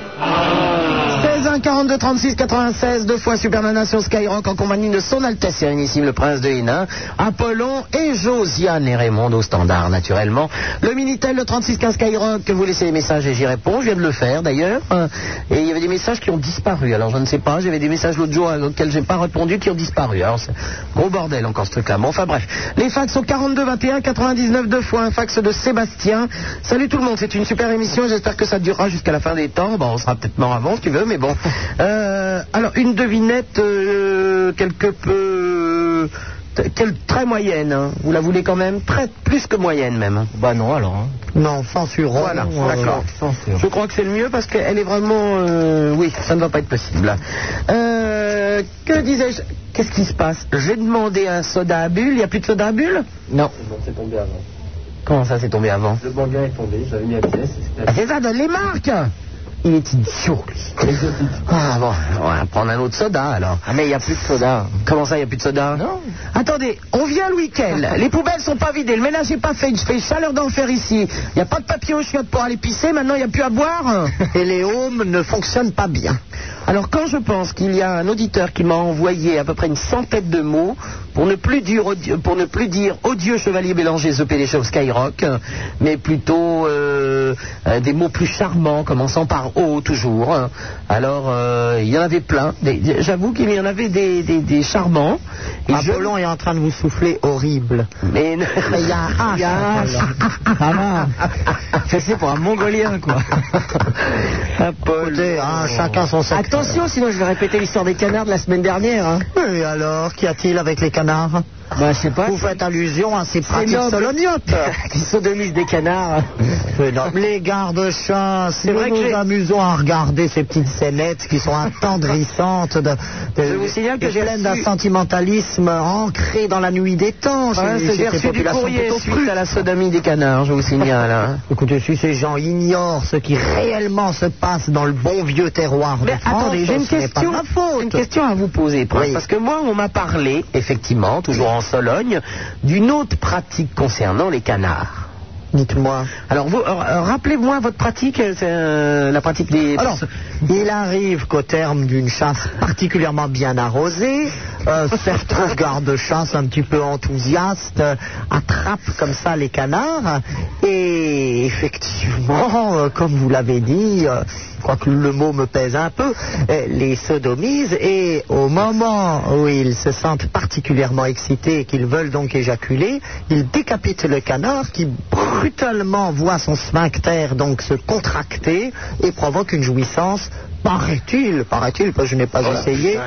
16 1 42 36 96 deux fois Super Nana sur Skyrock en compagnie de son Altesse Sérénissime le Prince de Hénin, Apollon et Josiane et Raymond au standard naturellement. Le Minitel le 36 15 Skyrock, vous laissez les messages et j'y réponds, je viens de le faire d'ailleurs. Euh, Et il y avait des messages qui ont disparu. Alors je ne sais pas, j'avais des messages l'autre jour auxquels j'ai pas répondu qui ont disparu. Alors c'est gros bordel encore ce truc là. Bon enfin bref. Les fax sont 42 21 99 deux fois un fax de Sébastien. Salut tout le monde, c'est une super émission, j'espère que ça durera jusqu'à la fin des temps. Bon, on sera peut-être mort avant si tu veux, mais bon. Euh, alors une devinette euh, quelque peu euh, t- quelle- très moyenne, hein. vous la voulez quand même très plus que moyenne même. Bah non alors. Non, censurons. Voilà, euh, d'accord. Je crois que c'est le mieux parce qu'elle est vraiment. euh, oui, ça ne va pas être possible. hein. Euh, que disais-je Qu'est-ce qui se passe J'ai demandé un soda à bulle. Il n'y a plus de soda à bulle Non. C'est tombé avant. Comment ça, c'est tombé avant Le banga est tombé, j'avais mis la pièce. Ah, C'est ça, donne les marques Il est idiot, lui. Ah bon, on va prendre un autre soda alors. Ah, mais il n'y a plus de soda. Comment ça, il n'y a plus de soda Non. Attendez, on vient le week-end. les poubelles sont pas vidées, le ménage n'est pas fait. Il fait chaleur d'enfer ici. Il n'y a pas de papier aux chiottes pour aller pisser. Maintenant, il n'y a plus à boire. et les homes ne fonctionnent pas bien. Alors quand je pense qu'il y a un auditeur qui m'a envoyé à peu près une centaine de mots pour ne plus dire odieux, pour ne plus dire odieux chevalier Bélanger The Péléchef Skyrock, euh, mais plutôt euh, euh, des mots plus charmants commençant par O toujours. hein. Alors euh, il y en avait plein. Des- J'avoue qu'il y en avait des, des- des charmants. Et je- Apollon est en train de vous souffler horrible. Mais non, Mais il y a un H, il y a un H. Ah Ça c'est pour un Mongolien quoi. Écoutez, hein, chacun son secret. Attention, sinon je vais répéter l'histoire des canards de la semaine dernière. hein. Et alors, qu'y a-t-il avec les canards Bah je sais pas. Vous faites allusion à ces pratiques noble. solognotes. Qui sodomisent des canards. C'est noble. Les gardes-chasse, C'est nous vrai que j'ai- nous amusons à regarder ces petites scénettes qui sont attendrissantes, de, de- Je vous signale que et j'ai pleines d'un reçu- sentimentalisme ancré dans la nuit des temps. Ouais, chez- c'est- j'ai chez ces reçu du populations courrier plutôt suite prudes. à la sodomie des canards, je vous signale. hein. Écoutez, si ces gens ignorent ce qui réellement se passe dans le bon vieux terroir Mais de France, attendez, j'ai une ce n'est pas question- ma faute. une question à vous poser, Prince, Oui. parce que moi, on m'a parlé, effectivement, toujours en Sologne, d'une autre pratique concernant les canards. Dites-moi. Alors, vous, euh, rappelez-moi votre pratique, euh, c'est, euh, la pratique des... Alors, il arrive qu'au terme d'une chasse particulièrement bien arrosée, euh, certains gardes-chasse un petit peu enthousiastes euh, attrapent comme ça les canards. Et effectivement, euh, comme vous l'avez dit, euh, je crois que le mot me pèse un peu, euh, les sodomisent. Et au moment où ils se sentent particulièrement excités et qu'ils veulent donc éjaculer, ils décapitent le canard qui brutalement voit son sphincter donc se contracter et provoque une jouissance, paraît-il, paraît-il, parce que je n'ai pas essayé,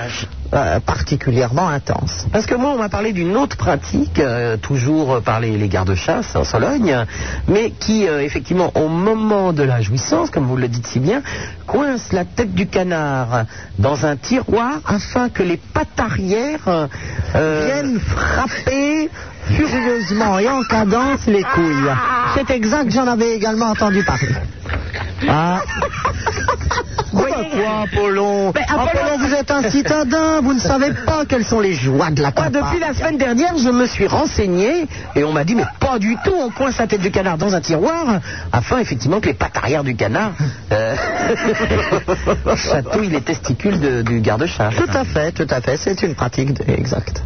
euh, particulièrement intense. Parce que moi, on m'a parlé d'une autre pratique, euh, toujours euh, par les, les gardes-chasse en Sologne, mais qui, euh, effectivement, au moment de la jouissance, comme vous le dites si bien, coince la tête du canard dans un tiroir afin que les pattes arrière euh, Viennent frapper furieusement et en cadence les couilles. C'est exact, j'en avais également entendu parler. Ah. Pourquoi quoi, Apollon Mais Ben, Apollon- Apollon, vous êtes un citadin, vous ne savez pas quelles sont les joies de la Moi, campagne. depuis la semaine dernière, je me suis renseigné et on m'a dit, mais pas du tout, on coince la tête du canard dans un tiroir afin effectivement que les pattes arrière du canard euh, Chatouille les testicules de- du garde-chasse. Tout à fait, tout à fait, c'est une pratique de- exacte.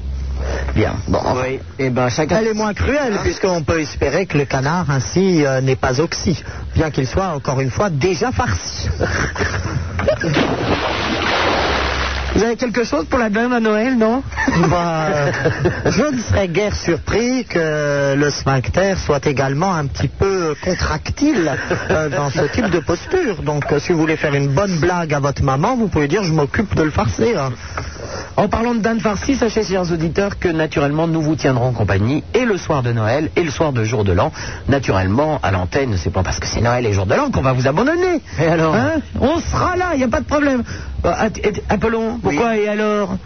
Bien. Bon, oui. Et ben chacun. Elle est moins cruelle, puisqu'on peut espérer que le canard ainsi euh, n'est pas oxy, bien qu'il soit encore une fois déjà farci. Vous avez quelque chose pour la dame à Noël, non Bah, euh, je ne serais guère surpris que le sphincter soit également un petit peu contractile euh, dans ce type de posture. Donc, euh, si vous voulez faire une bonne blague à votre maman, vous pouvez dire je m'occupe de le hein. farcir. En parlant de dinde farcie, sachez, chers auditeurs, que naturellement, nous vous tiendrons compagnie et le soir de Noël et le soir de jour de l'an. Naturellement, à l'antenne, c'est pas parce que c'est Noël et jour de l'an qu'on va vous abandonner. Et alors Hein On sera là, il n'y a pas de problème. Euh, att- att- Apollon, pourquoi et alors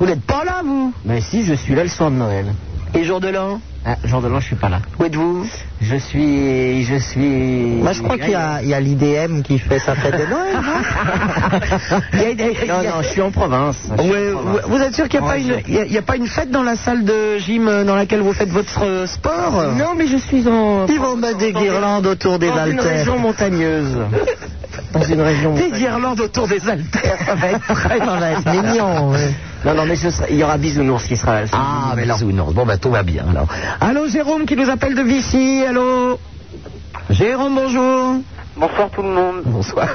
Vous n'êtes pas là, vous Mais si, je suis là le soir de Noël. Et jour de l'an Ah, jour de l'an, je suis pas là. Où êtes-vous Je suis. Je suis. Moi, je crois qu'il y a, il y a l'IDM qui fait sa fête de Noël. Il y a- il y a- il non y a- Non, non, je suis en province. Je suis Ouais, en province. vous- vous êtes sûr qu'il n'y a, En pas une- région. il y a- il y a pas une fête dans la salle de gym euh, dans laquelle vous faites votre euh, sport Non, mais je suis en. Ils vont mettre des guirlandes autour des dans une haltères. région montagneuse. Dans une région Des montagneuse. guirlandes autour des haltères, ça va être très Ça va être mignon. oui. Non, non, mais ce sera- il y aura Bisounours qui sera là. Ah, mais là. Bon, bah, tout va bien, alors. Allô Jérôme qui nous appelle de Vichy, allô Jérôme, bonjour. Bonsoir tout le monde. Bonsoir.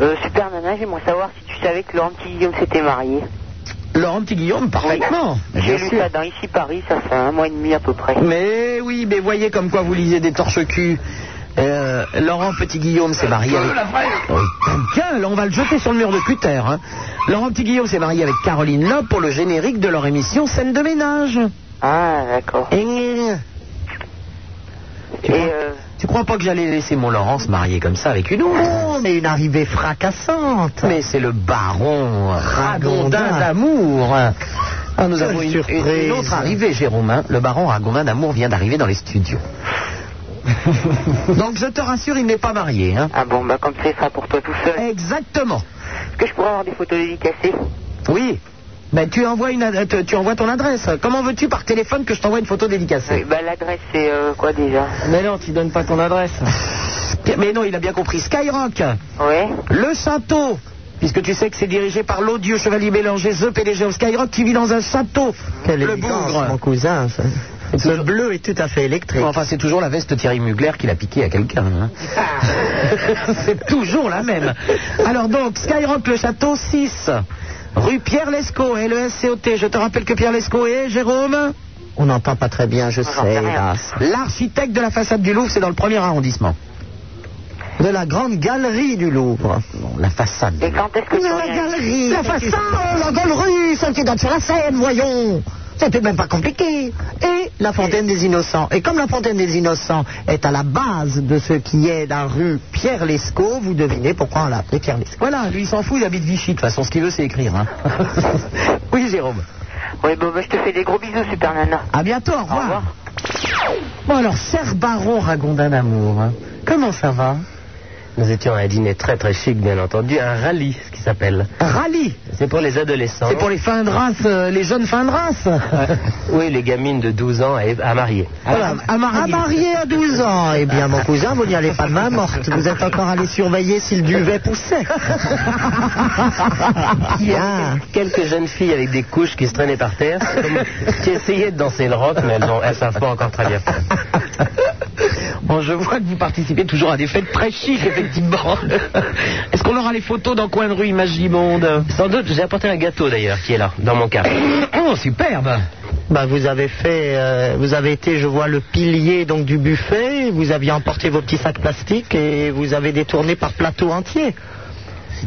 Euh, super Nana, j'aimerais savoir si tu savais que Laurent Petit Guillaume s'était marié. Laurent Petit Guillaume, parfaitement. J'ai lu ça dans Ici Paris, ça fait un mois et demi à peu près. Mais oui, mais voyez comme quoi vous lisez des torche-culs. Euh, Laurent Petit-Guillaume s'est marié avec... Oui, bien, là, on va le jeter sur le mur de Cutter. hein. Laurent Petit-Guillaume s'est marié avec Caroline Loeb pour le générique de leur émission Scène de ménage. Ah, d'accord. Eh, eh, eh. Tu, Et, crois, euh, tu crois pas que j'allais laisser mon Laurent se marier comme ça avec une autre Oh, mais une arrivée fracassante. Mais c'est le baron Ragondin Ragondin. d'amour. Ah, nous Quelle avons une, surprise. une- une autre arrivée, Jérôme. hein. Le baron Ragondin d'amour vient d'arriver dans les studios. Donc je te rassure, il n'est pas marié. hein. Ah bon, bah comme c'est ça pour toi tout seul. Exactement. Est-ce que je pourrais avoir des photos dédicacées Oui. Ben, tu, envoies une ad- tu- tu envoies ton adresse. Comment veux-tu par téléphone que je t'envoie une photo dédicacée Euh, Bah l'adresse c'est euh, quoi déjà Mais non, tu donnes pas ton adresse. Mais non, il a bien compris. Skyrock, Ouais le château, puisque tu sais que c'est dirigé par l'odieux chevalier Bélanger, The PDG of Skyrock, qui vit dans un château. Quelle le élégance, bougre. mon cousin. Oh, ça. Le bleu est tout à fait électrique. Enfin, c'est toujours la veste Thierry Mugler qu'il a piquée à quelqu'un. hein. c'est toujours la même. Alors donc, Skyrock le château 6, rue Pierre Lescaut, L-E-S-C-O-T. Je te rappelle que Pierre Lescaut est, Jérôme On n'entend pas très bien, je sais, hélas. L'architecte de la façade du Louvre, c'est dans le premier arrondissement. De la grande galerie du Louvre. Bon, la façade. Et quand est-ce que tu reviens galerie La façade, la galerie, celle qui donne sur la Seine, voyons c'était même pas compliqué. Et la fontaine des innocents. Et comme la fontaine des innocents est à la base de ce qui est la rue Pierre Lescaut, vous devinez pourquoi on l'a appelée Pierre Lescaut. Voilà, lui il s'en fout, il habite Vichy, de toute façon, ce qu'il veut c'est écrire. hein. oui, Jérôme. Ouais, bon, bah je te fais des gros bisous, Super Nana. À bientôt, au Au revoir. revoir. Bon alors, cher baron Ragondin d'amour, hein, comment ça va Nous étions à un dîner très très chic, bien entendu, un rallye, ce qui s'appelle. Rallye C'est pour les adolescents. C'est pour les fins de race, euh, les jeunes fins de race. Oui, les gamines de 12 ans à, à marier. Voilà, à À marier. marier à 12 ans. Eh bien, mon cousin, vous n'y allez pas de main morte. Vous êtes encore allé surveiller si le duvet poussait. Bien. Quelques jeunes filles avec des couches qui se traînaient par terre, qui essayaient de danser le rock, mais elles ne savent pas encore très bien faire. Bon, je vois que vous participez toujours à des fêtes très chic, effectivement. Est-ce qu'on aura les photos dans Coin de rue Imagimonde Sans doute, j'ai apporté un gâteau d'ailleurs, qui est là, dans mon cas. Oh, superbe Bah, vous avez fait, euh, vous avez été, je vois, le pilier donc du buffet. Vous aviez emporté vos petits sacs plastiques et vous avez détourné par plateau entier.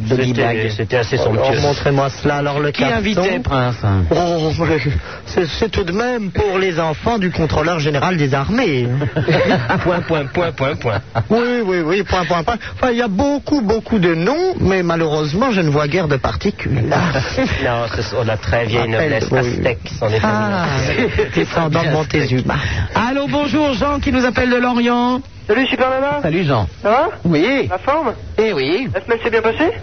C'était c'était assez Alors, somptueux. montrez-moi cela. Alors le Qui carton. invitait, Prince Oh, mais c'est c'est tout de même pour les enfants du contrôleur général des armées. point, point, point, point, point. Oui, oui, oui, point, point, point. Enfin, il y a beaucoup, beaucoup de noms, mais malheureusement, je ne vois guère de particules. Non, ce sont la très vieille Rappelle, noblesse oui. aztèque, c'en est Ah, descendant de Montezuma. Allô, bonjour, Jean qui nous appelle de Lorient. Salut Super Nana Salut, Jean. Ça va Oui. La forme Eh oui. La semaine s'est bien passée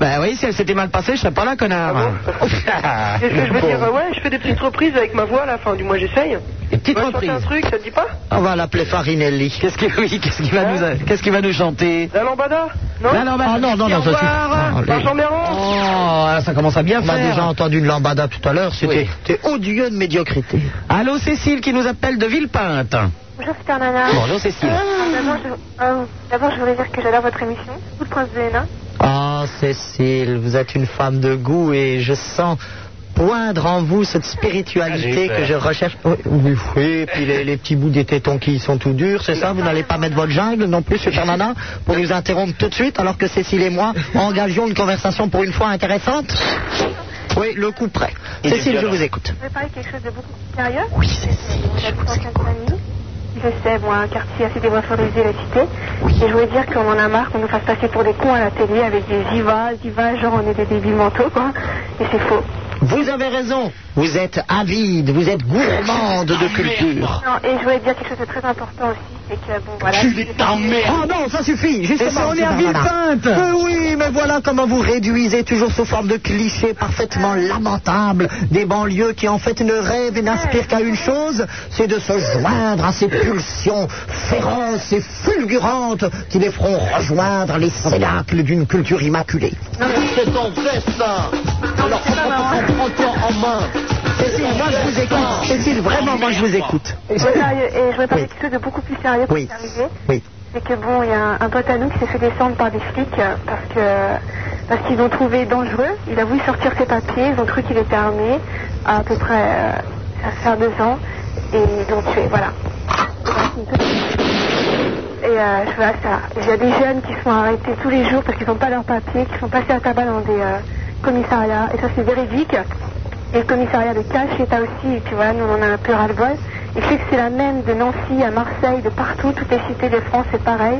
Ben oui, si elle s'était mal passée, je serais pas là, Ah Ah connard. Et ce Ah que je veux dire, euh, ouais, je fais des petites reprises avec ma voix, là, enfin, du moins j'essaye. Des petites Moi, je chantais un reprises. truc, ça te dit pas On va l'appeler Farinelli. Qu'est-ce qu'il oui, qu'est-ce qu'il va, nous- qu'est-ce qu'il va nous chanter La lambada Non La bah, lambada. Ah non, non, Au non, ça suffit. revoir, Ah, les- Marchand Merron. Oh, là, ça commence à bien On a faire. déjà entendu une lambada tout à l'heure, c'était c'était odieux de médiocrité. Allô, Cécile, qui nous appelle de Villepinte. Bonjour Super Nana. Bonjour, Cécile. Ah, D'abord, je, euh, d'abord, je voulais dire que j'adore votre émission, tout le prince de Hénin. Ah, Cécile, vous êtes une femme de goût et je sens poindre en vous cette spiritualité que je recherche. Oui, oui, oui, et puis les, les petits bouts des tétons qui sont tout durs, c'est ça Vous n'allez pas mettre votre jungle non plus, Super Nana, pour nous interrompre tout de suite alors que Cécile et moi engagions une conversation pour une fois intéressante Oui, le coup près. Cécile, je vous écoute. Je vais parler de quelque chose de beaucoup plus sérieux. Oui, Cécile, je J'habite vous en écoute. Seine-Saint-Denis. Je sais, moi, un quartier assez dévoisorisé, la cité. Et je voulais dire qu'on en a marre qu'on nous fasse passer pour des cons à la télé avec des divas, divas, genre on est des débiles mentaux, quoi. Et c'est faux. Vous avez raison, vous êtes avide, vous êtes gourmande Ah, de culture. Non, et je voulais dire quelque chose de très important aussi, c'est que, bon, voilà. Oh non, ça suffit, justement. on est à Superman. Villepinte. Euh, oui, mais voilà comment vous réduisez toujours sous forme de clichés parfaitement Ah. lamentables des banlieues qui en fait ne rêvent et n'aspirent Ah. qu'à une chose, c'est de se joindre à ces pulsions féroces et fulgurantes qui les feront rejoindre les cénacles d'une culture immaculée. C'est en fait ça Alors prend en main Ah. Cécile, moi je vous écoute. Cécile, vraiment, moi je vous écoute. Au sérieux, et je voulais parler Oui. de quelque chose de beaucoup plus sérieux pour Oui, terminer. oui. C'est que bon, il y a un, un pote à nous qui s'est fait descendre par des flics euh, parce que parce qu'ils l'ont trouvé dangereux. Il a voulu sortir ses papiers, ils ont cru qu'il était armé, à, peu près euh, ça va faire deux ans, et ils l'ont tué, voilà. Et euh, je vois ça. Il y a des jeunes qui se font arrêter tous les jours parce qu'ils n'ont pas leurs papiers, qui sont passés à tabac dans des euh, commissariats. Et ça, c'est véridique. Et le commissariat de Cache est là aussi. Et puis voilà, nous, on en a un peu ras-le-bol. Et je sais que c'est la même de Nancy à Marseille, de partout, toutes les cités de France, c'est pareil.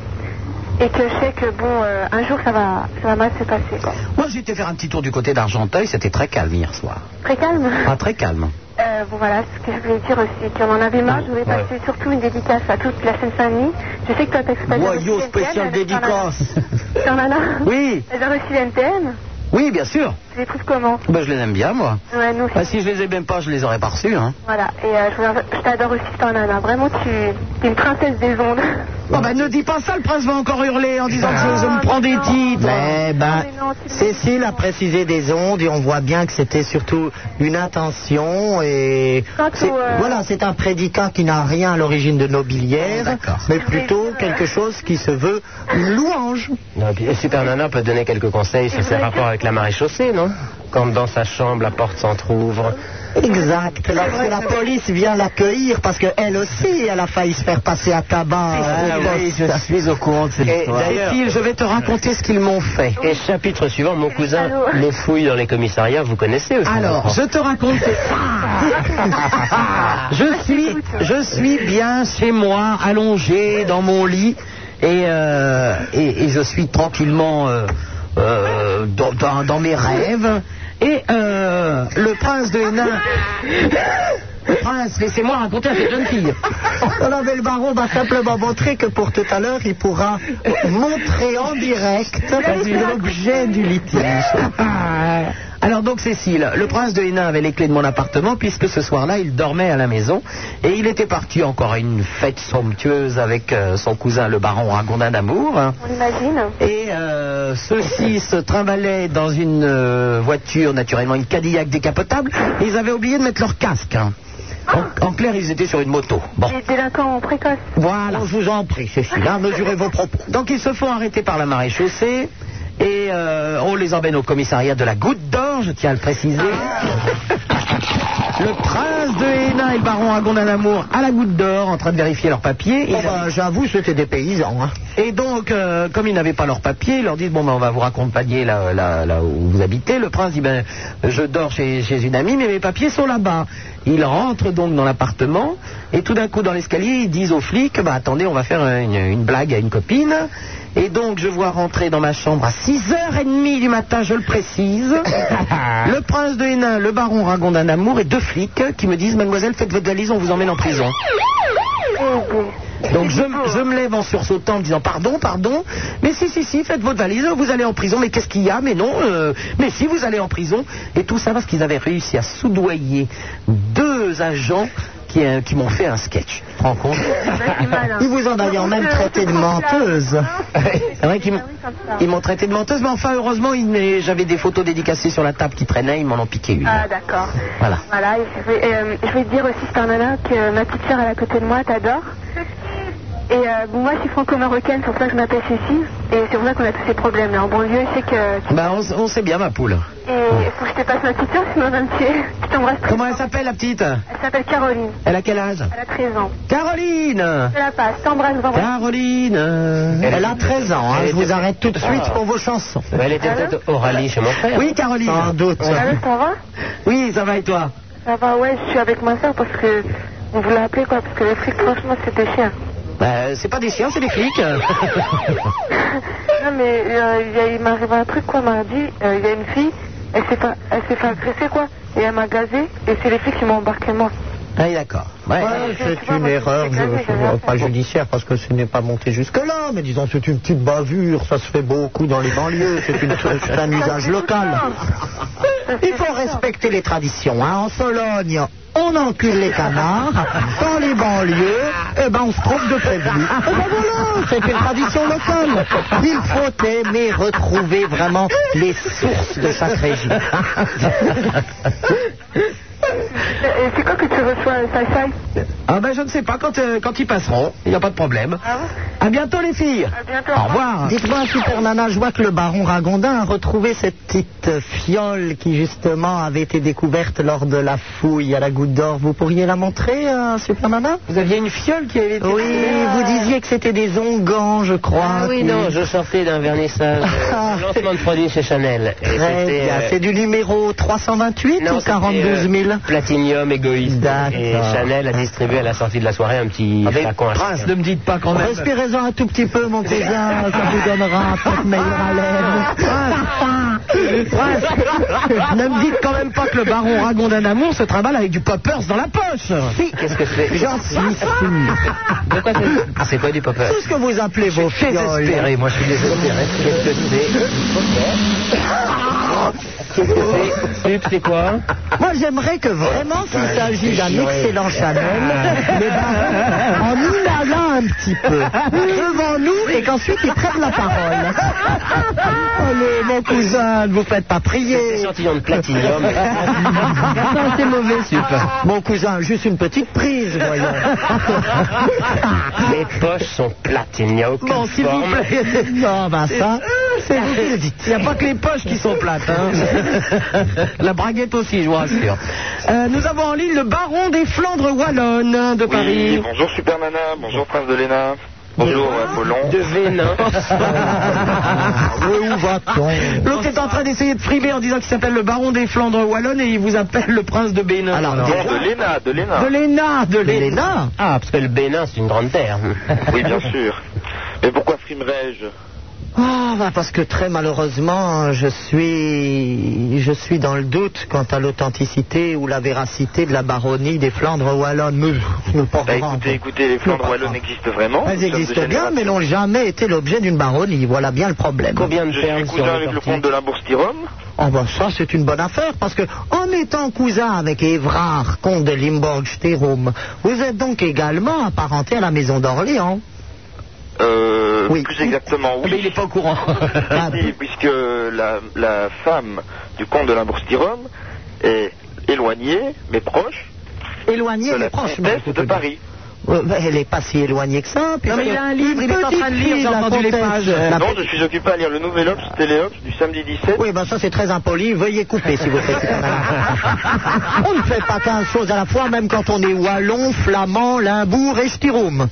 Et que je sais que, bon, euh, un jour, ça va, ça va mal se passer. Quoi. Moi, j'ai été faire un petit tour du côté d'Argenteuil, c'était très calme hier soir. Très calme. Ah, Pas très calme. Euh, bon, voilà ce que je voulais dire aussi. Qu'on en avait marre. Je voulais passer surtout une dédicace à toute la Seine-Saint-Denis. Je sais que toi, t'as expérimenté. Voyons spécial dédicace. Oui, Elles ont reçu l'NTM. oui, bien sûr. Tu les trouves comment Ben, je les aime bien, moi. Ouais, nous aussi. Ben, si je les aimais pas, je les aurais pas reçus. Hein. Voilà, et euh, je voulais- je t'adore aussi, ta nana. Vraiment, tu es une princesse des ondes. Oh, ben, ne dis pas ça, le prince va encore hurler en disant que je, je me prends des titres. Eh Ah. ben, Cécile a précisé des ondes et on voit bien que c'était surtout une intention et Quant au, c'est- euh, voilà, c'est un prédicat qui n'a rien à l'origine de nobiliaire, mais plutôt euh, quelque chose qui se veut une louange. Super Nana peut donner quelques conseils sur ses rapports avec la maréchaussée, non Quand dans sa chambre, la porte s'entrouvre. Exact. Lorsque la police vient l'accueillir parce qu'elle aussi, elle a failli se faire passer à tabac. Ah euh, oui, je suis au courant de cette histoire. Cécile, je vais te raconter ce qu'ils m'ont fait. Et chapitre suivant, mon cousin les fouille dans les commissariats, vous connaissez aussi. Alors, je te raconte. Je suis, je suis bien chez moi, allongé dans mon lit, et, euh, et, et je suis tranquillement euh, euh, dans, dans- dans mes rêves. Et euh, le prince de Hénin. Le prince, Ah, laissez-moi raconter à cette jeune fille. Voilà, mais le baron va simplement montrer que pour tout à l'heure, il pourra montrer en direct l'objet du litige. Ah, Alors donc Cécile, le prince de Hénin avait les clés de mon appartement puisque ce soir-là il dormait à la maison et il était parti encore à une fête somptueuse avec euh, son cousin le baron Ragondin d'Amour. hein. On l'imagine. Et euh, ceux-ci se trimballaient dans une euh, voiture, naturellement une Cadillac décapotable, et ils avaient oublié de mettre leur casque. hein. En, en clair, ils étaient sur une moto. Bon. Les délinquants en précoce. Voilà. Je vous en prie, Cécile, hein, mesurez vos propos. Donc ils se font arrêter par la maréchaussée et euh, on les emmène au commissariat de la Goutte d'Or, je tiens à le préciser. Ah. Le prince de Hénin et le baron Agondin d'Amour à la Goutte d'Or en train de vérifier leurs papiers. Ils Bon, ben, J'avoue, c'était des paysans. hein. et donc, euh, comme ils n'avaient pas leurs papiers, ils leur disent Bon, ben, on va vous raccompagner là, là, là où vous habitez. Le prince dit Ben, je dors chez, chez une amie, mais mes papiers sont là-bas. Il rentre donc dans l'appartement, et tout d'un coup, dans l'escalier, ils disent aux flics Bah, attendez, on va faire une, une blague à une copine. Et donc, je vois rentrer dans ma chambre à 6h30 du matin, je le précise, le prince de Hénin, le baron Ragondin d'Amour et deux flics qui me disent Mademoiselle, faites votre valise, on vous emmène en prison. Donc je, je me lève en sursautant en me disant pardon, pardon, mais si, si, si, faites votre valise, vous allez en prison, mais qu'est-ce qu'il y a Mais non, euh, mais si, vous allez en prison. Et tout ça parce qu'ils avaient réussi à soudoyer deux agents qui, euh, qui m'ont fait un sketch. Tu te rends compte hein. Ils vous ont d'ailleurs même traité de menteuse. C'est vrai qu'ils m'ont- ils m'ont traité de menteuse, mais enfin, heureusement, ils m'aient- j'avais des photos dédicacées sur la table qui traînaient, ils m'en ont piqué une. Ah d'accord. Voilà. Voilà, et je vais, euh, je vais te dire aussi, Nana, que euh, ma petite sœur elle est à côté de moi, t'adore. Et euh, bon, moi je suis franco-marocaine, c'est pour ça que je m'appelle Cécile. Et c'est pour ça qu'on a tous ces problèmes là. En banlieue, c'est que. Bah, on, s- on sait bien, ma poule. Et faut que je te passe ma petite sœur, sinon elle va me tuer. Je t'embrasse. Comment elle s'appelle, la petite Elle s'appelle Caroline. Elle a quel âge Elle a 13 ans. Caroline Je la passe, t'embrasse, vous Hein embrasse. Caroline euh, Elle a 13 ans, hein, je vous arrête tout de suite Ah. pour vos chansons. Elle était peut-être Oralie chez mon frère. Oui, Caroline Sans doute. Allô, ça va Oui, ça va et toi Ça va, ouais, je suis avec ma sœur parce que on voulait appeler quoi, parce que les flics, franchement, c'était chien. Bah, c'est pas des chiens, c'est des flics. Non mais euh, il y a- il m'arrive un truc quoi mardi, euh, il y a une fille, elle s'est fa- elle s'est fait agresser quoi, et elle m'a gazé, et c'est les filles qui m'ont embarqué moi. Ah, oui, d'accord. Ouais. Ouais, C'est une erreur, je- je- pas judiciaire, parce que ce n'est pas monté jusque-là, mais disons, c'est une petite bavure, ça se fait beaucoup dans les banlieues, c'est une- c'est un usage local. Il faut respecter les traditions. hein. En Sologne, on encule les canards. Dans les banlieues, eh ben, on se trompe de prévenu. Eh ben voilà, c'est une tradition locale. Il faut aimer retrouver vraiment les sources de chaque région. Et c'est quoi que tu reçois, euh, Sci-Fi Ah ben, je ne sais pas quand, euh, quand ils passeront. Il n'y a pas de problème. À bientôt, les filles. À bientôt. Au revoir. Dites-moi, Super Nana, je vois que le baron Ragondin a retrouvé cette petite fiole qui, justement, avait été découverte lors de la fouille à la goutte d'or. Vous pourriez la montrer, euh, Super Nana Vous aviez une fiole qui avait été. Oui, vous disiez que c'était des onguents, je crois. Ah oui, qui- non, je sortais d'un vernissage, Ah. euh, lancement de produits chez Chanel. Et Très c'était, bien. euh, C'est du numéro 328 non, ou c'était, 42 000 euh, Platinium égoïste. D'accord. Et Chanel a distribué à la sortie de la soirée un petit flacon à Prince, chacun. ne me dites pas quand même. Respirez-en un tout petit peu, mon cousin, ça vous donnera peut-être meilleure haleine. Prince, ne me dites quand même pas que le baron Ragondin d'amour se trimballe avec du poppers dans la poche. Si, qu'est-ce que c'est J'en suis sûr. De quoi c'est Ah, c'est quoi du popper Tout ce que vous appelez vos fioles. Désespéré, moi je suis désespéré. Qu'est-ce que c'est Qu'est-ce que c'est Sup, c'est quoi Moi, j'aimerais que vraiment, s'il s'agit d'un excellent Chanel, les barons, en inhalant un petit peu devant nous et qu'ensuite ils prennent la parole. Allez, mon cousin, ne vous faites pas prier. Échantillon de platinium. Ah, c'est mauvais, Sup. Mon cousin, juste une petite prise, voyons. Mes poches sont plates, il n'y a aucune Bon, s'il vous forme. plaît. Non, ben ça, C'est vous qui le dites. Il n'y a pas que les poches qui sont plates. hein. La braguette aussi, je vous rassure. Euh, nous avons en ligne le baron des Flandres wallonnes hein, de Oui, Paris. bonjour Super Nana, bonjour Prince de Léna, bonjour euh, Molon. De Vénin. où va-t-on L'autre est en train d'essayer de frimer en disant qu'il s'appelle le baron des Flandres wallonnes et il vous appelle le prince de Bénin. Alors, Non. déjà- Non, de Léna, de Léna. de l'ENA, de l'ENA. Ah, parce que le Bénin, c'est une grande terre. Oui, bien sûr. Mais pourquoi Bah, frimerais-je Ah, bah, parce que très malheureusement, je suis, je suis dans le doute quant à l'authenticité ou la véracité de la baronie des Flandres wallonnes. Mais, mais pas Bah grand, écoutez, quoi. écoutez, les Non, Flandres pas wallonnes grand. existent vraiment. Elles Nous sommes existent de bien, mais génération. n'ont jamais été l'objet d'une baronie. Voilà bien le problème. Combien de Je suis perles sur cousin avec le comte de Limbourg-Styrum. Ah bah ça c'est une bonne affaire parce que en étant cousin avec Évrard, comte de Limbourg-Stérum, vous êtes donc également apparenté à la maison d'Orléans. Euh, Oui. Plus exactement, oui. Mais il n'est pas au courant. Ah, Et puisque la, la femme du comte de Limbourg-Styrum est éloignée, mais proche, éloigné de mais la proche. princesse de Paris. Euh, bah, elle n'est pas si éloignée que ça. puisque mais il a un livre, il est en petite train de lire, fille, j'ai la entendu les comtesse- euh, pages. la- Non, je suis occupé à lire le Nouvel Obs, Ah. Téléobs du samedi 17. Oui, ben ça c'est très impoli. Veuillez couper si vous faites ça. On ne fait pas 15 choses à la fois, même quand on est wallon, flamand, limbourg et styrum.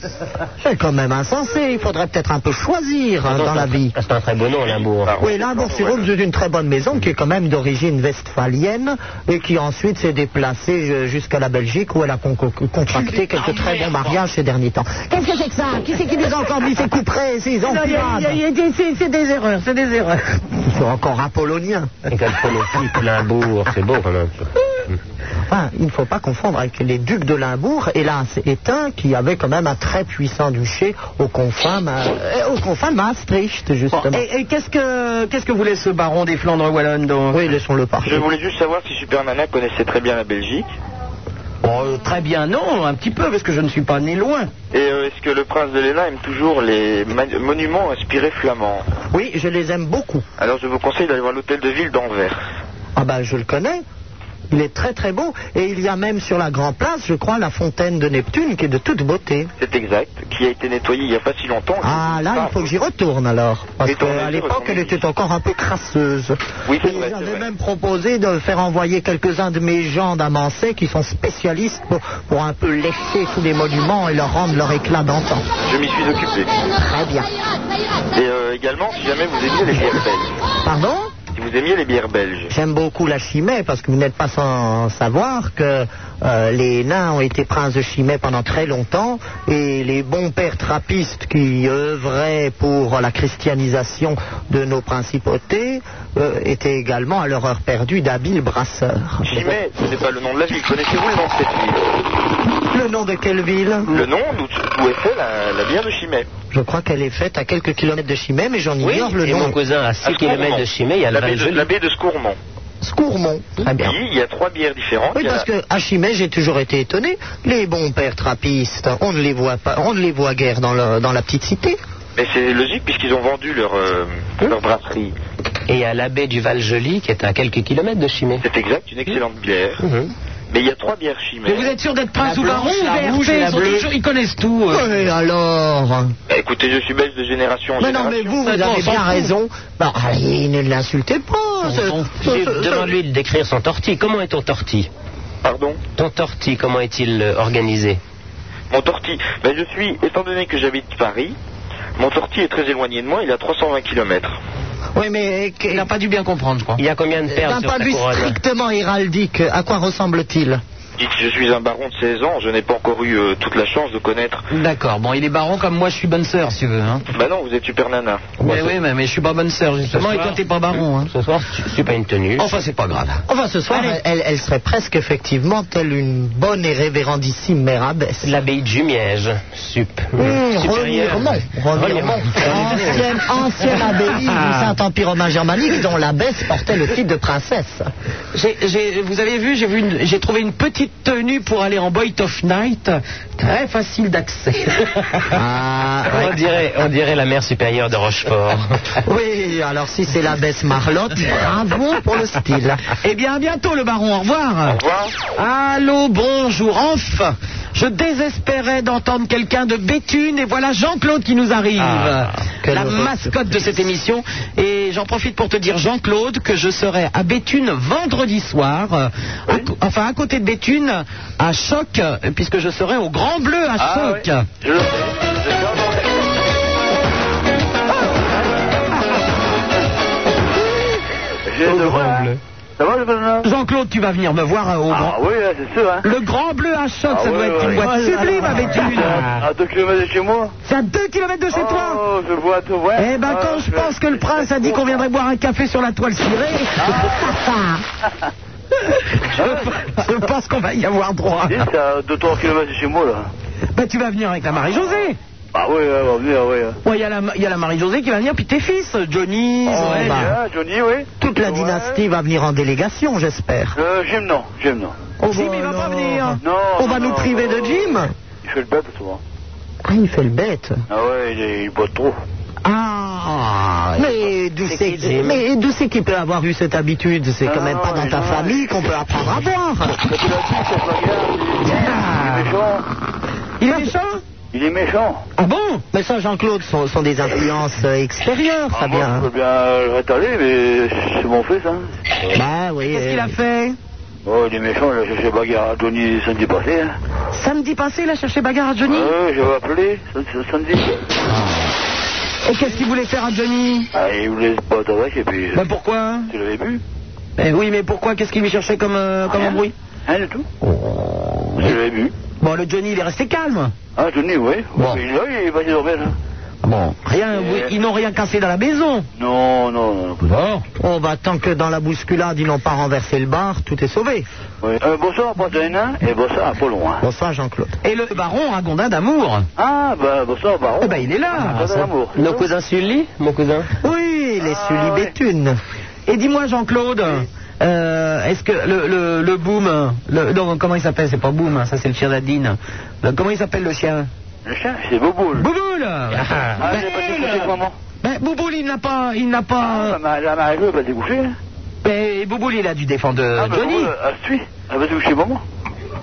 C'est quand même insensé. Il faudrait peut-être un peu choisir hein, dans la vie. C'est un très beau nom, Limbourg. Oui, Limbourg-sur-Aube, c'est une très bonne maison qui est quand même d'origine westphalienne et qui ensuite s'est déplacée euh, jusqu'à la Belgique où elle a con- con- Ah, contracté quelques très bons mariages ces derniers temps. Qu'est-ce que c'est que ça Qui c'est qui nous a encore mis ces couperets, ces Non, il y a- il y a- il enfilades y a des- C'est c'est des erreurs, c'est des erreurs. Ils sont encore apolloniens. Et quel pronostic, Limbourg, c'est beau quand même. enfin, Ah, il ne faut pas confondre avec les ducs de Limbourg. Et là, c'est un qui avait quand même un très puissant duché aux confins, ma- euh, aux confins de Maastricht, justement. Et, et qu'est-ce que qu'est-ce que voulait ce baron des Flandres wallonnes donc Oui, laissons-le parler. Je voulais juste savoir si Super Nana connaissait très bien la Belgique. euh, très bien, non, un petit peu parce que je ne suis pas né loin. Et euh, est-ce que le prince de Léna aime toujours les ma- monuments inspirés flamands Oui, je les aime beaucoup. Alors je vous conseille d'aller voir l'hôtel de ville d'Anvers. Ah ben, je le connais. Il est très très beau. Et il y a même sur la Grand Place, je crois, la fontaine de Neptune qui est de toute beauté. C'est exact, qui a été nettoyé il n'y a pas si longtemps. Ah là, il faut que j'y retourne alors. Parce Et ton qu'à réseau, l'époque, ton elle était encore un peu crasseuse. Oui, c'est Et vrai, c'est J'avais vrai. même proposé de faire envoyer quelques-uns de mes gens d'Amancé qui sont spécialistes pour, pour un peu lécher tous les monuments et leur rendre leur éclat d'antan. Je m'y suis occupé. Très bien. Et euh, également, si jamais vous aimiez les bières belges. Pardon Si vous aimiez les bières belges. J'aime beaucoup la Chimay parce que vous n'êtes pas sans savoir que euh, les nains ont été princes de Chimay pendant très longtemps et les bons pères trappistes qui œuvraient pour la christianisation de nos principautés euh, étaient également à leur heure perdue d'habiles brasseurs. Chimay, ce n'est pas le nom de la ville. Connaissez-vous le nom de cette ville Le nom de quelle ville Le nom d'où d'où est faite la, la bière de Chimay. Je crois qu'elle est faite à quelques kilomètres de Chimay, mais j'en Oui, ignore le et nom. mon cousin à six À kilomètres Scourmont. de Chimay, il y a le La baie de- Valgelou. la baie de Scourmont. Scourmont, très bien. Oui, il y a trois bières différentes. Oui, Il y a parce la- que à Chimay, j'ai toujours été étonné. Les bons pères trappistes, on ne les voit pas, on ne les voit guère dans, le- dans la petite cité. Mais c'est logique puisqu'ils ont vendu leur, euh, leur brasserie. Et à la baie du Val-Joli, qui est à quelques kilomètres de Chimay. C'est exact, une excellente bière. Mhm. Mais il y a trois bières Chimay. Mais vous êtes sûr d'être prince La ou baron blanche, ou la VRP, rouge et la ils, sont bleue. toujours- ils connaissent tout. euh. Et alors Bah, écoutez, je suis belge de génération en Mais non, mais génération. vous, vous avez bien raison. Bah, allez, ne l'insultez pas. c'est- oh, c'est- c'est- Demande-lui de décrire son tortille. Comment est ton tortille Pardon Ton tortille, comment est-il euh, organisé Mon tortille, ben, je suis, étant donné que j'habite Paris, mon tortille est très éloigné de moi, il est à 320 km. Oui, mais Il n'a pas dû bien comprendre, je crois. Il y a combien de d'un perles sur point ta de vue couronne strictement héraldique, à quoi ressemble-t-il Dites, je suis un baron de 16 ans, je n'ai pas encore eu euh, toute la chance de connaître. D'accord, bon, il est baron comme moi, je suis bonne sœur, si tu veux. Hein. Bah non, vous êtes super nana. Mais oui, mais, mais je suis pas bonne sœur, justement, Ce et toi, soir- t'es pas baron. Hein. Ce soir, je suis pas une tenue. Enfin, c'est pas grave. Enfin, ce soir, Allez. elle, elle serait presque effectivement telle une bonne et révérendissime mère abbesse. L'abbaye de Jumièges, sup. euh, Mmh, supérieure. Remiremont, Remiremont. Ancienne, ancienne abbaye du Ah. Saint-Empire romain germanique dont l'abbesse portait le titre de princesse. J'ai- j'ai- vous avez vu, j'ai vu une- j'ai trouvé une petite tenue pour aller en Boy of Night, très facile d'accès. Ah, On dirait, on dirait la mère supérieure de Rochefort. oui, alors si c'est l'abbesse Marlotte, bravo pour le style. Eh bien, à bientôt, le baron. Au revoir. Au revoir. Allô, bonjour. Enfin, je désespérais d'entendre quelqu'un de Béthune et voilà Jean-Claude qui nous arrive. Ah, quelle la heureuse mascotte de cette émission. Et j'en profite pour te dire, Jean-Claude, que je serai à Béthune vendredi soir, euh, à co- enfin à côté de Béthune, à Choc, euh, puisque je serai au Grand Bleu à Ah, Choc. ouais. Je le sais. Je dois avoir- Je le vois. Ça va, le bonhomme Jean-Claude, tu vas venir me voir euh, au Grand... Ah oui, là, c'est sûr, hein Le Grand Bleu à Choc, Ah ça ouais, doit être une ouais. boîte Oh là sublime à Béthune. À 2 km de chez moi C'est à 2 km de chez toi. Oh, je vois tout, ouais. Eh ben, Ah, quand je pense que le prince a dit qu'on viendrait boire un café sur la toile cirée, Ah. je pense qu'on va y avoir droit. Dis, c'est à 2-3 km de chez moi, là. Ben, tu vas venir avec la Marie-Josée. Ah oui, ouais, on va venir, ouais. Ouais, il y a la, il y a la Marie-Josée qui va venir, puis tes fils, Johnny, ouais, Zoé. bah. Ah, Johnny, oui Toute la Ouais. dynastie va venir en délégation, j'espère. Euh, Jim, non, Jim, non. Oh, Jim, bah il va pas alors. venir. Non, On non, va nous non, priver non. de Jim Il fait le bête, souvent. Ah, il fait le bête. Ah ouais, il, est- il boit trop. Ah, mais d'où c'est mais d'où c'est qu'il peut avoir eu cette habitude C'est quand Ah, même pas ouais, dans ta ouais. famille qu'on peut apprendre à boire. Quand il a dit, c'est pas bien. Il est méchant. Il est méchant Il est méchant. Ah bon Mais ça, Jean-Claude, sont, sont des influences euh, extérieures, Ah, ça moi, bien. Je peux bien le rétaler, mais c'est mon fils, hein. Bah oui. Qu'est-ce euh, qu'il a fait Oh, il est méchant, il a cherché bagarre à Johnny samedi passé, hein. Samedi passé, il a cherché bagarre à Johnny. Ouais, j'avais appelé, sam- samedi. Ah. Et qu'est-ce qu'il voulait faire à Johnny Ah, il voulait se battre avec, et puis... Ben pourquoi Tu l'avais vu Eh oui, mais pourquoi Qu'est-ce qu'il lui cherchait comme, euh, comme Rien. embrouille Rien du tout. Je l'avais vu. Bon, le Johnny, il est resté calme. Ah, Johnny, oui. Bon. Il est là, il est passé dormir, là. Ah Bon, rien, Eh. oui, ils n'ont rien cassé dans la maison. Non, non, non. Bon. Oh, bah tant que dans la bousculade, ils n'ont pas renversé le bar, tout est sauvé. Oui. Euh, bonsoir, Poitevin, et bonsoir, Apollon. hein. Bonsoir, Jean-Claude. Et le baron Ragondin d'amour Ah, bah, bonsoir, Baron. Eh ben, il est là. Ah, Ragondin d'amour. Nos cousins Sully, mon cousin. Oui, les Ah, Sully Béthune. Et dis-moi, Jean-Claude, euh, est-ce que le, le, le boom, le- non, comment il s'appelle C'est pas boom, hein, ça c'est le chien d'Adine. Le- Comment il s'appelle le chien Le chien, c'est Boboul. Bouboule Ah, Eh j'ai pas été couché, maman. Ben, Bouboule, il n'a pas. Il n'a Ah, pas. bah, ma- la mariée n'a pas été couchée. Ben, Bouboule, il a dû défendre euh, Ah, bah, Johnny. Boboul, Elle se suit. Elle va se coucher, maman.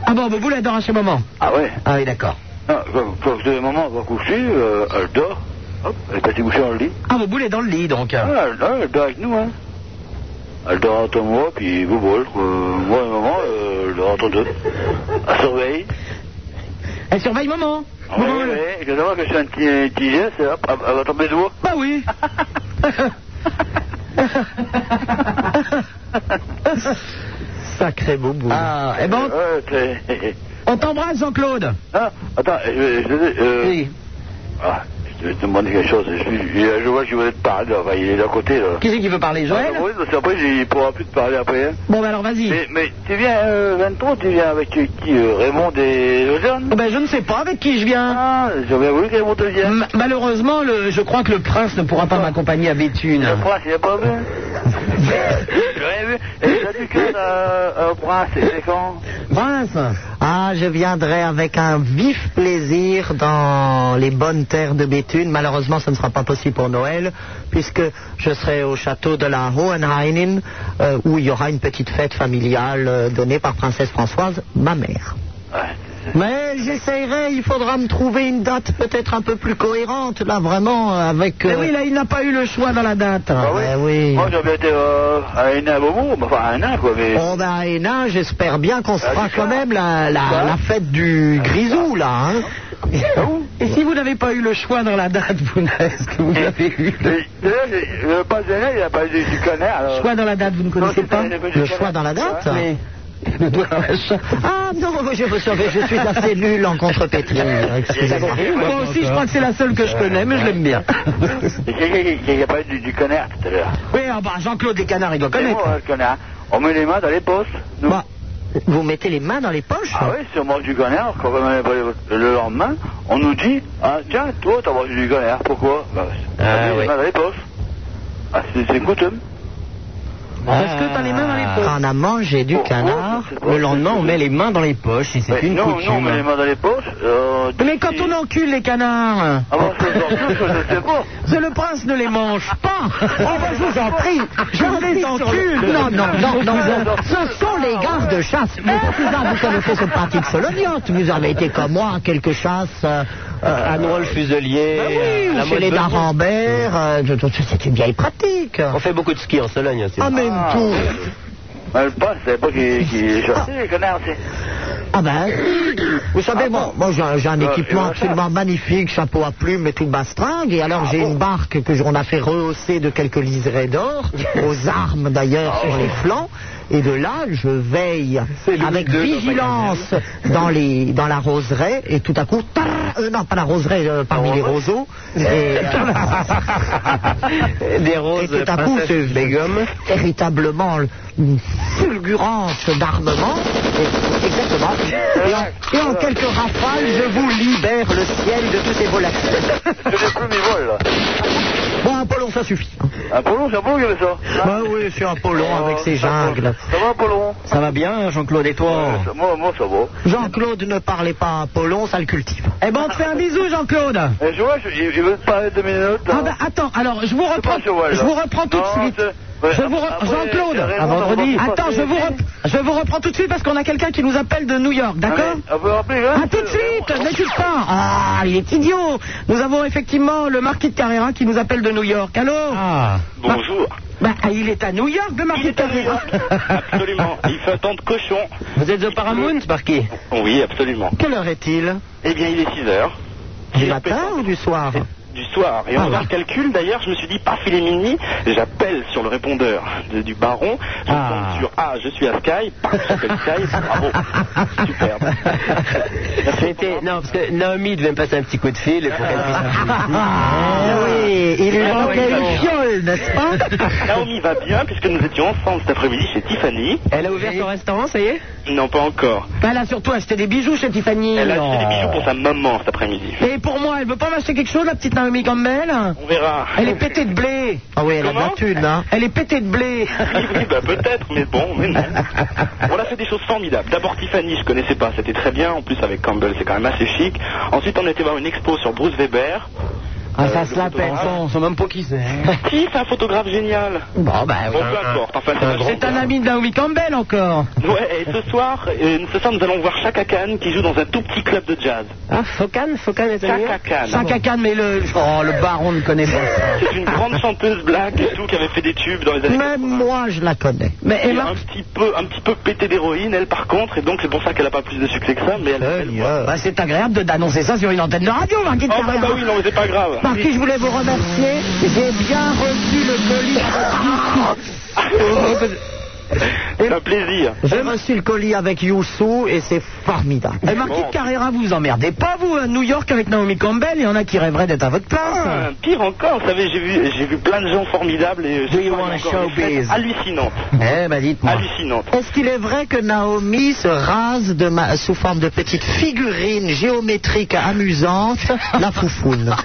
Ah bon, Bouboule adore chez maman. Ah, ouais. Ah oui, d'accord. Ah, quand, quand euh, maman va coucher, euh, elle dort. Hop, elle est passée coucher dans le lit. Ah, Bouboule est dans le lit donc. Ah, elle, elle, elle dort avec nous, hein. Elle dort entre moi, puis Boboul. quoi. moi et maman, euh, elle dort entre deux. Elle surveille. Elle surveille maman. Ouais, ouais, je dois que je suis un petit, petit geste, hop, elle elle va tomber de haut. Bah oui. Sacré Bouboule. Ah, eh ben, Ouais, t'es- on t'embrasse, Jean-Claude. Ah, attends, je vais. Je, vais- euh, ah, je vais te demander quelque chose. Je, je- je vois que je voulais te parler. là. Enfin, il est d'à côté, là. Qui c'est qui veut parler, Ah, Joël bah oui, parce qu'après, il pourra plus te parler après. hein. Bon, ben alors vas-y. Mais, mais tu viens, euh, 23, tu viens avec euh, qui euh, Raymond et Lausanne Ben, je ne sais pas avec qui je viens. Ah, j'aurais voulu que Raymond te vienne. M- malheureusement, le- je crois que le prince ne pourra pas m'accompagner à Béthune. Le prince, il est pas venu. J'aurais vu. Et t'as dit que euh, euh, prince, c'est quand Prince Ah, je viendrai avec un vif plaisir dans les bonnes terres de Béthune. Malheureusement, ce ne sera pas possible pour Noël, puisque je serai au château de la Hohenheinen, euh, où il y aura une petite fête familiale euh, donnée par Princesse Françoise, ma mère. Mais j'essayerai, il faudra me trouver une date peut-être un peu plus cohérente, là, vraiment, euh, avec... Mais oui, là, il n'a pas eu le choix dans la date. Oh, Ah ouais, oui. Moi, j'aurais été euh, à un à Beaumont, enfin à un an, quoi, mais. On va à Hénin, j'espère bien qu'on se Ah, fera c'est quand ça. même la, la- la fête du grisou, là, hein. Et si vous n'avez pas eu le choix dans la date, vous n'avez que vous avez eu le Mais, D'ailleurs, j'ai- le pas aîné, il a pas eu du canard. alors. choix dans la date, vous ne connaissez Non, pas c'est pas- Le choix dans la date Mais le doigt dans la chatte. Ah non, je me savais, je suis assez nul en contrepétrie. Excusez-moi. Moi aussi, je crois que c'est la seule que je connais, mais je l'aime bien. Il y a quelqu'un qui- qui a parlé du, du connard tout à l'heure. Oui, ah bah, Jean-Claude des Canards, il doit C'est connaître. moi, le connard. On met les mains dans les poches. nous. hein. Bah, vous mettez les mains dans les poches Ah oui, si on mange du connard, quand on met les- le lendemain, on nous dit ah, Tiens, toi, t'as mangé du connard, pourquoi bah, Ah, on met oui. les mains dans les poches. Ah, c'est c'est une coutume. Ah, Parce que t'as les mains dans les poches. Quand on a mangé du Oh, canard, oh, c'est pas- les mains dans les poches et Ouais, non, non, on met les mains dans les poches. euh, Mais quand si- on encule les canards, Ah bon, c'est gentil, je ne sais pas. c'est le prince ne les mange pas. Oh, bah, je vous en prie, je vous les encule. Non, non, non, non, non. Ce sont les gardes de chasse. Mais cousin, vous connaissez cette pratique soloniante. Vous avez été comme moi à quelques chasses. Euh, euh, le fuselier. bah oui, ou chez les d'Arambert. euh, de- de- c'est une vieille pratique. On fait beaucoup de ski en Sologne aussi. Ah, même tout. Ah, le pain, c'est pas qui qui chassé, les connards, c'est. Ah ben, vous savez, moi, moi, j'ai un, j'ai un Euh, équipement et absolument magnifique, chapeau à plumes et tout bastringue, et alors j'ai une barque que j'en a fait rehausser de quelques liserés d'or, aux armes d'ailleurs sur les flancs, et de là, je veille avec vigilance dans, les, dans la roseraie, et tout à coup, tar, euh, non, pas la roseraie, euh, parmi les roseaux, et, euh, Des roses, et tout à coup, princesses, c'est des gommes. véritablement une fulgurance d'armement. Et- Exactement. Et en, et en quelques rafales, je vous libère le ciel de tous ces volatiles. Je n'ai plus mes vols, là. Bon, Apollon, ça suffit. hein. Apollon, c'est bon, il y avait ça. Bah oui, c'est Apollon avec ses jungles. Ça va, Apollon Ça va bien, Jean-Claude, et toi Euh, moi, moi, ça va. Jean-Claude ne parlait pas à Apollon, ça le cultive. Eh ben, on te fait un bisou, Jean-Claude. Eh, je vois, je, je- je veux te parler deux minutes. Ah ben, attends, alors, je vous reprends, pas Joël, là. je vous reprends tout de Non, suite. c'est- ouais, Je vous re- après, Jean-Claude, euh, à vendredi. on va- Attends, je vous, rep- je vous reprends tout de suite parce qu'on a quelqu'un qui nous appelle de New York, d'accord Allez, On peut rappeler, hein À tout de suite, ne quitte pas. Ah, il est idiot. Nous avons effectivement le marquis de Carrera qui nous appelle de New York. Allô Ah. Bonjour. Bah, il est à New York, le Ah, marquis de Carrera. Absolument. Il fait tant de cochon. Vous êtes au Paramount, Marquis Oui, absolument. Quelle heure est-il Eh bien, il est 6 heures. Du matin ou du soir du soir. Et en faisant le calcul, d'ailleurs, je me suis dit, paf, il est minuit, j'appelle sur le répondeur de- du baron, je Ah. tombe sur Ah, je suis à Sky, paf, j'appelle Sky, bravo, superbe. C'était non, parce que Naomi devait me passer un petit coup de fil pour qu'elle Ah oui, il lui manquait une fiole, n'est-ce pas Naomi va bien puisque nous étions ensemble cet après-midi chez Tiffany. Elle a ouvert son restaurant, ça y est Non, pas encore. Bah, Elle a surtout acheté des bijoux chez Tiffany. Elle a acheté des bijoux pour sa maman cet après-midi. Et pour moi, elle veut pas m'acheter quelque chose, la petite Naomi Campbell On verra. Elle est pétée de blé. Ah oui, elle a de la thune, hein. Elle est pétée de blé. Oui, oui, bah peut-être, mais bon, mais non. On a fait des choses formidables. D'abord Tiffany, je connaissais pas, c'était très bien. En plus avec Campbell, c'est quand même assez chic. Ensuite, on était voir une expo sur Bruce Weber. Ah, ça se la pète, on sait même pas qui c'est. hein. Si, c'est un photographe génial. Bon, bah, Bon, peu importe, enfin, Ah, c'est un grand C'est un ami de Naomi Campbell encore. Ouais, et ce soir, euh, ce soir, nous allons voir Chaka Khan qui joue dans un tout petit club de jazz. Ah, Focan, Focan est un Chaka Khan. Chaka Khan, mais le. Oh, le baron ne connaît pas ça. C'est une grande chanteuse black et tout qui avait fait des tubes dans les années. Même moi, je la connais. Mais elle a un petit peu, un petit peu pété d'héroïne, elle par contre, et donc c'est pour ça qu'elle a pas plus de succès que ça, mais elle. elle- Bah, c'est agréable de- d'annoncer ça sur une antenne de radio, Marquis de Oh, bah, Carrère. bah oui, non, mais c'est pas grave. Par qui je voulais vous remercier. J'ai bien reçu le colis avec Youssou. C'est un plaisir. J'ai reçu le colis avec Youssou et c'est formidable. ben- Eh, Marquis de Carrera, vous vous emmerdez pas, vous, à New York avec Naomi Campbell, il y en a qui rêveraient d'être à votre place. Euh, Ah, Pire encore, vous savez, j'ai vu, j'ai vu plein de gens formidables et je showbiz hallucinante, Eh, bah, dites-moi. hallucinante. ben, Est-ce qu'il est vrai que Naomi se rase de ma- sous forme de petites figurines géométriques amusantes la foufoune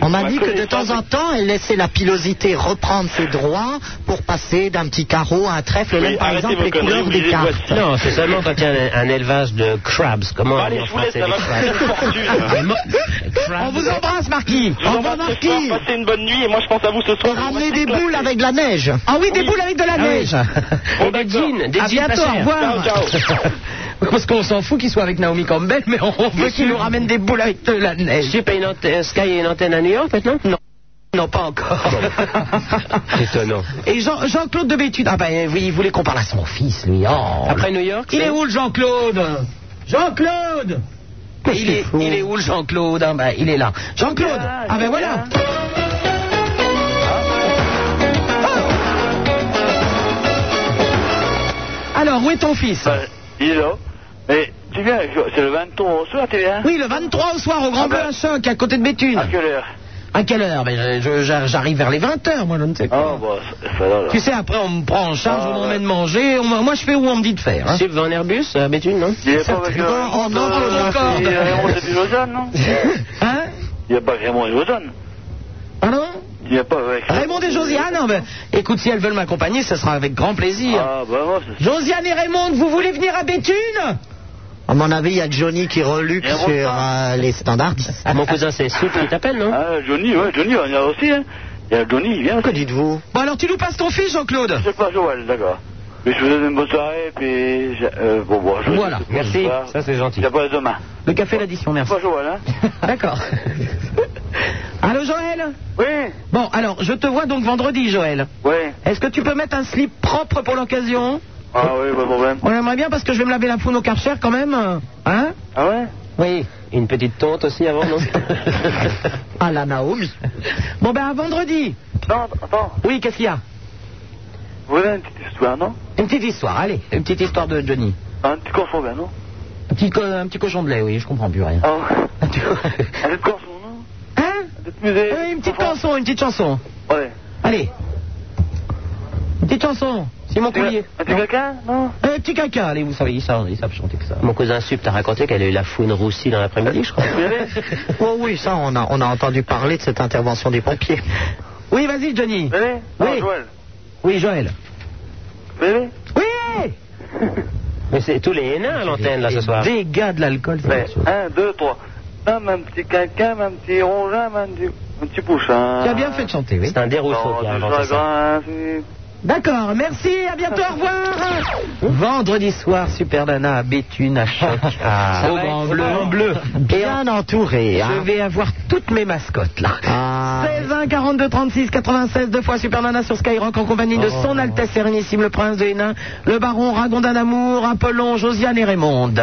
On m'a dit que de temps en temps, elle laissait la pilosité reprendre ses droits pour passer d'un petit carreau à un trèfle, Oui, même par arrêtez exemple vos les conneries, couleurs des oubliez cartes. voici. Non, c'est seulement quand il y a un, un élevage de crabs. Comment Bon, on dit allez, en je vous laisse, français ça va coûter une fortune. les crabs On vous embrasse, Marquis. Je vous embrasse ce soir, Passez une bonne nuit et moi je pense à vous ce soir. Ramener des boules avec de la neige. Ah oui, des boules avec de la neige. Oh, des jeans, des À jeans pas bientôt, au chers. revoir. Ciao, ciao. Parce qu'on s'en fout qu'il soit avec Naomi Campbell, mais on veut qu'il nous ramène des boules avec de la neige. Chip a une antenne, Sky a une antenne à New York maintenant Non, non, pas encore. Étonnant. Et Jean- Jean-Claude de Bétude. Ah ben oui, il voulait qu'on parle à son fils, lui. Oh, Après New York il est c'est- où le Jean-Claude Jean-Claude Mais il est, il est où le Jean-Claude hein Ben, Il est là. Jean-Claude Ah ben voilà Ah. Alors, où est ton fils Bah, il est là. Mais tu viens, c'est le 23 au soir, tu viens Oui, le 23 au soir au Grand Ah ben. Ah, Bleu à Choc, à côté de Béthune. À quelle heure À quelle heure Ben, je- je- J'arrive vers les 20h, moi, je ne sais pas. Ah, bah, ça- ça va là. Tu sais, après, on me prend en charge, Ah, on ouais. m'emmène manger, on m'a- moi, je fais où on me dit de faire. hein. Chip va en Airbus à Béthune, non Il est pas avec euh, on en parle euh, encore. c'est, euh, on sait du Lausanne, non Hein Il n'y a pas Raymond et Lausanne. Pardon Il n'y a pas avec. Raymond et Josiane hein, ben, Écoute, si elles veulent m'accompagner, ce sera avec grand plaisir. Ah, bah, moi, c'est. Josiane et Raymond, vous voulez venir à Béthune À mon avis, il y a Johnny qui reluque Et on sur repart. euh, les standards. Mon cousin, c'est Soup qui t'appelle, Hein non Ah, Johnny, ouais, Johnny, on y a aussi, hein. Il y a Johnny, il vient. Ah, Que dites-vous Bon, alors tu nous passes ton fils, Jean-Claude C'est pas Joël, d'accord. Mais je vous donne une bonne soirée, puis. je- euh, bon, bon, je Voilà, merci. Bonsoir. Ça, c'est gentil. Il n'y a pas demain. Le café, l'addition, merci. Pas Joël, hein. D'accord. Allô, Joël Oui, Bon, alors, je te vois donc vendredi, Joël. oui. Est-ce que tu peux mettre un slip propre pour l'occasion Ah, oui, pas de problème. On aimerait bien parce que je vais me laver la foune au Karcher quand même. Hein Ah, ouais Oui. Et Une petite tonte aussi avant, non À la Naomi. Bon, ben, à vendredi. Non, attends. Oui, qu'est-ce qu'il y a Vous voulez une petite histoire, non Une petite histoire, allez. Une petite histoire de Johnny. Un petit cochon, ben, non Un petit, co- un petit cochon de lait, oui, je comprends plus rien. Ah, ouais. Un petit co- Un petit cochon, non hein Un petit musée. Oui, Une petite chanson, une petite chanson. Ouais. Allez. Une petite chanson. Simon Coulier. Un petit caca, non Un petit caca, allez, vous savez, ils savent, ils savent chanter que ça. Mon cousin Sup t'a raconté qu'elle a eu la faune roussie dans l'après-midi, je crois. Oh oui, ça, on a, on a entendu parler de cette intervention des pompiers. Oui, vas-y, Johnny. Bébé Oui. Ah, Non, Joël. Oui, Joël. Bébé Oui Mais c'est tous les nains à l'antenne, là, ce soir. Dégâts de l'alcool, c'est Mais, autre chose. un, deux, trois. Non, mais un petit caca, mais un petit rongin, mais un petit, un petit pouchin. Tu as bien fait de chanter, oui. C'est un dérousseau Non, qui a du inventé ça. chagrin, si. D'accord, merci, à bientôt, au revoir. Vendredi soir, Super Nana à Béthune, à Choc, à... Ah. au Grand Bleu. Bien entouré, Je hein. vais avoir toutes mes mascottes là. Ah. 16 1 42 36 96 deux fois Super Nana sur Skyrock en compagnie de son Altesse Sérénissime le Prince de Hénin, le Baron Ragon d'un amour, Apollon, Josiane et Raymond.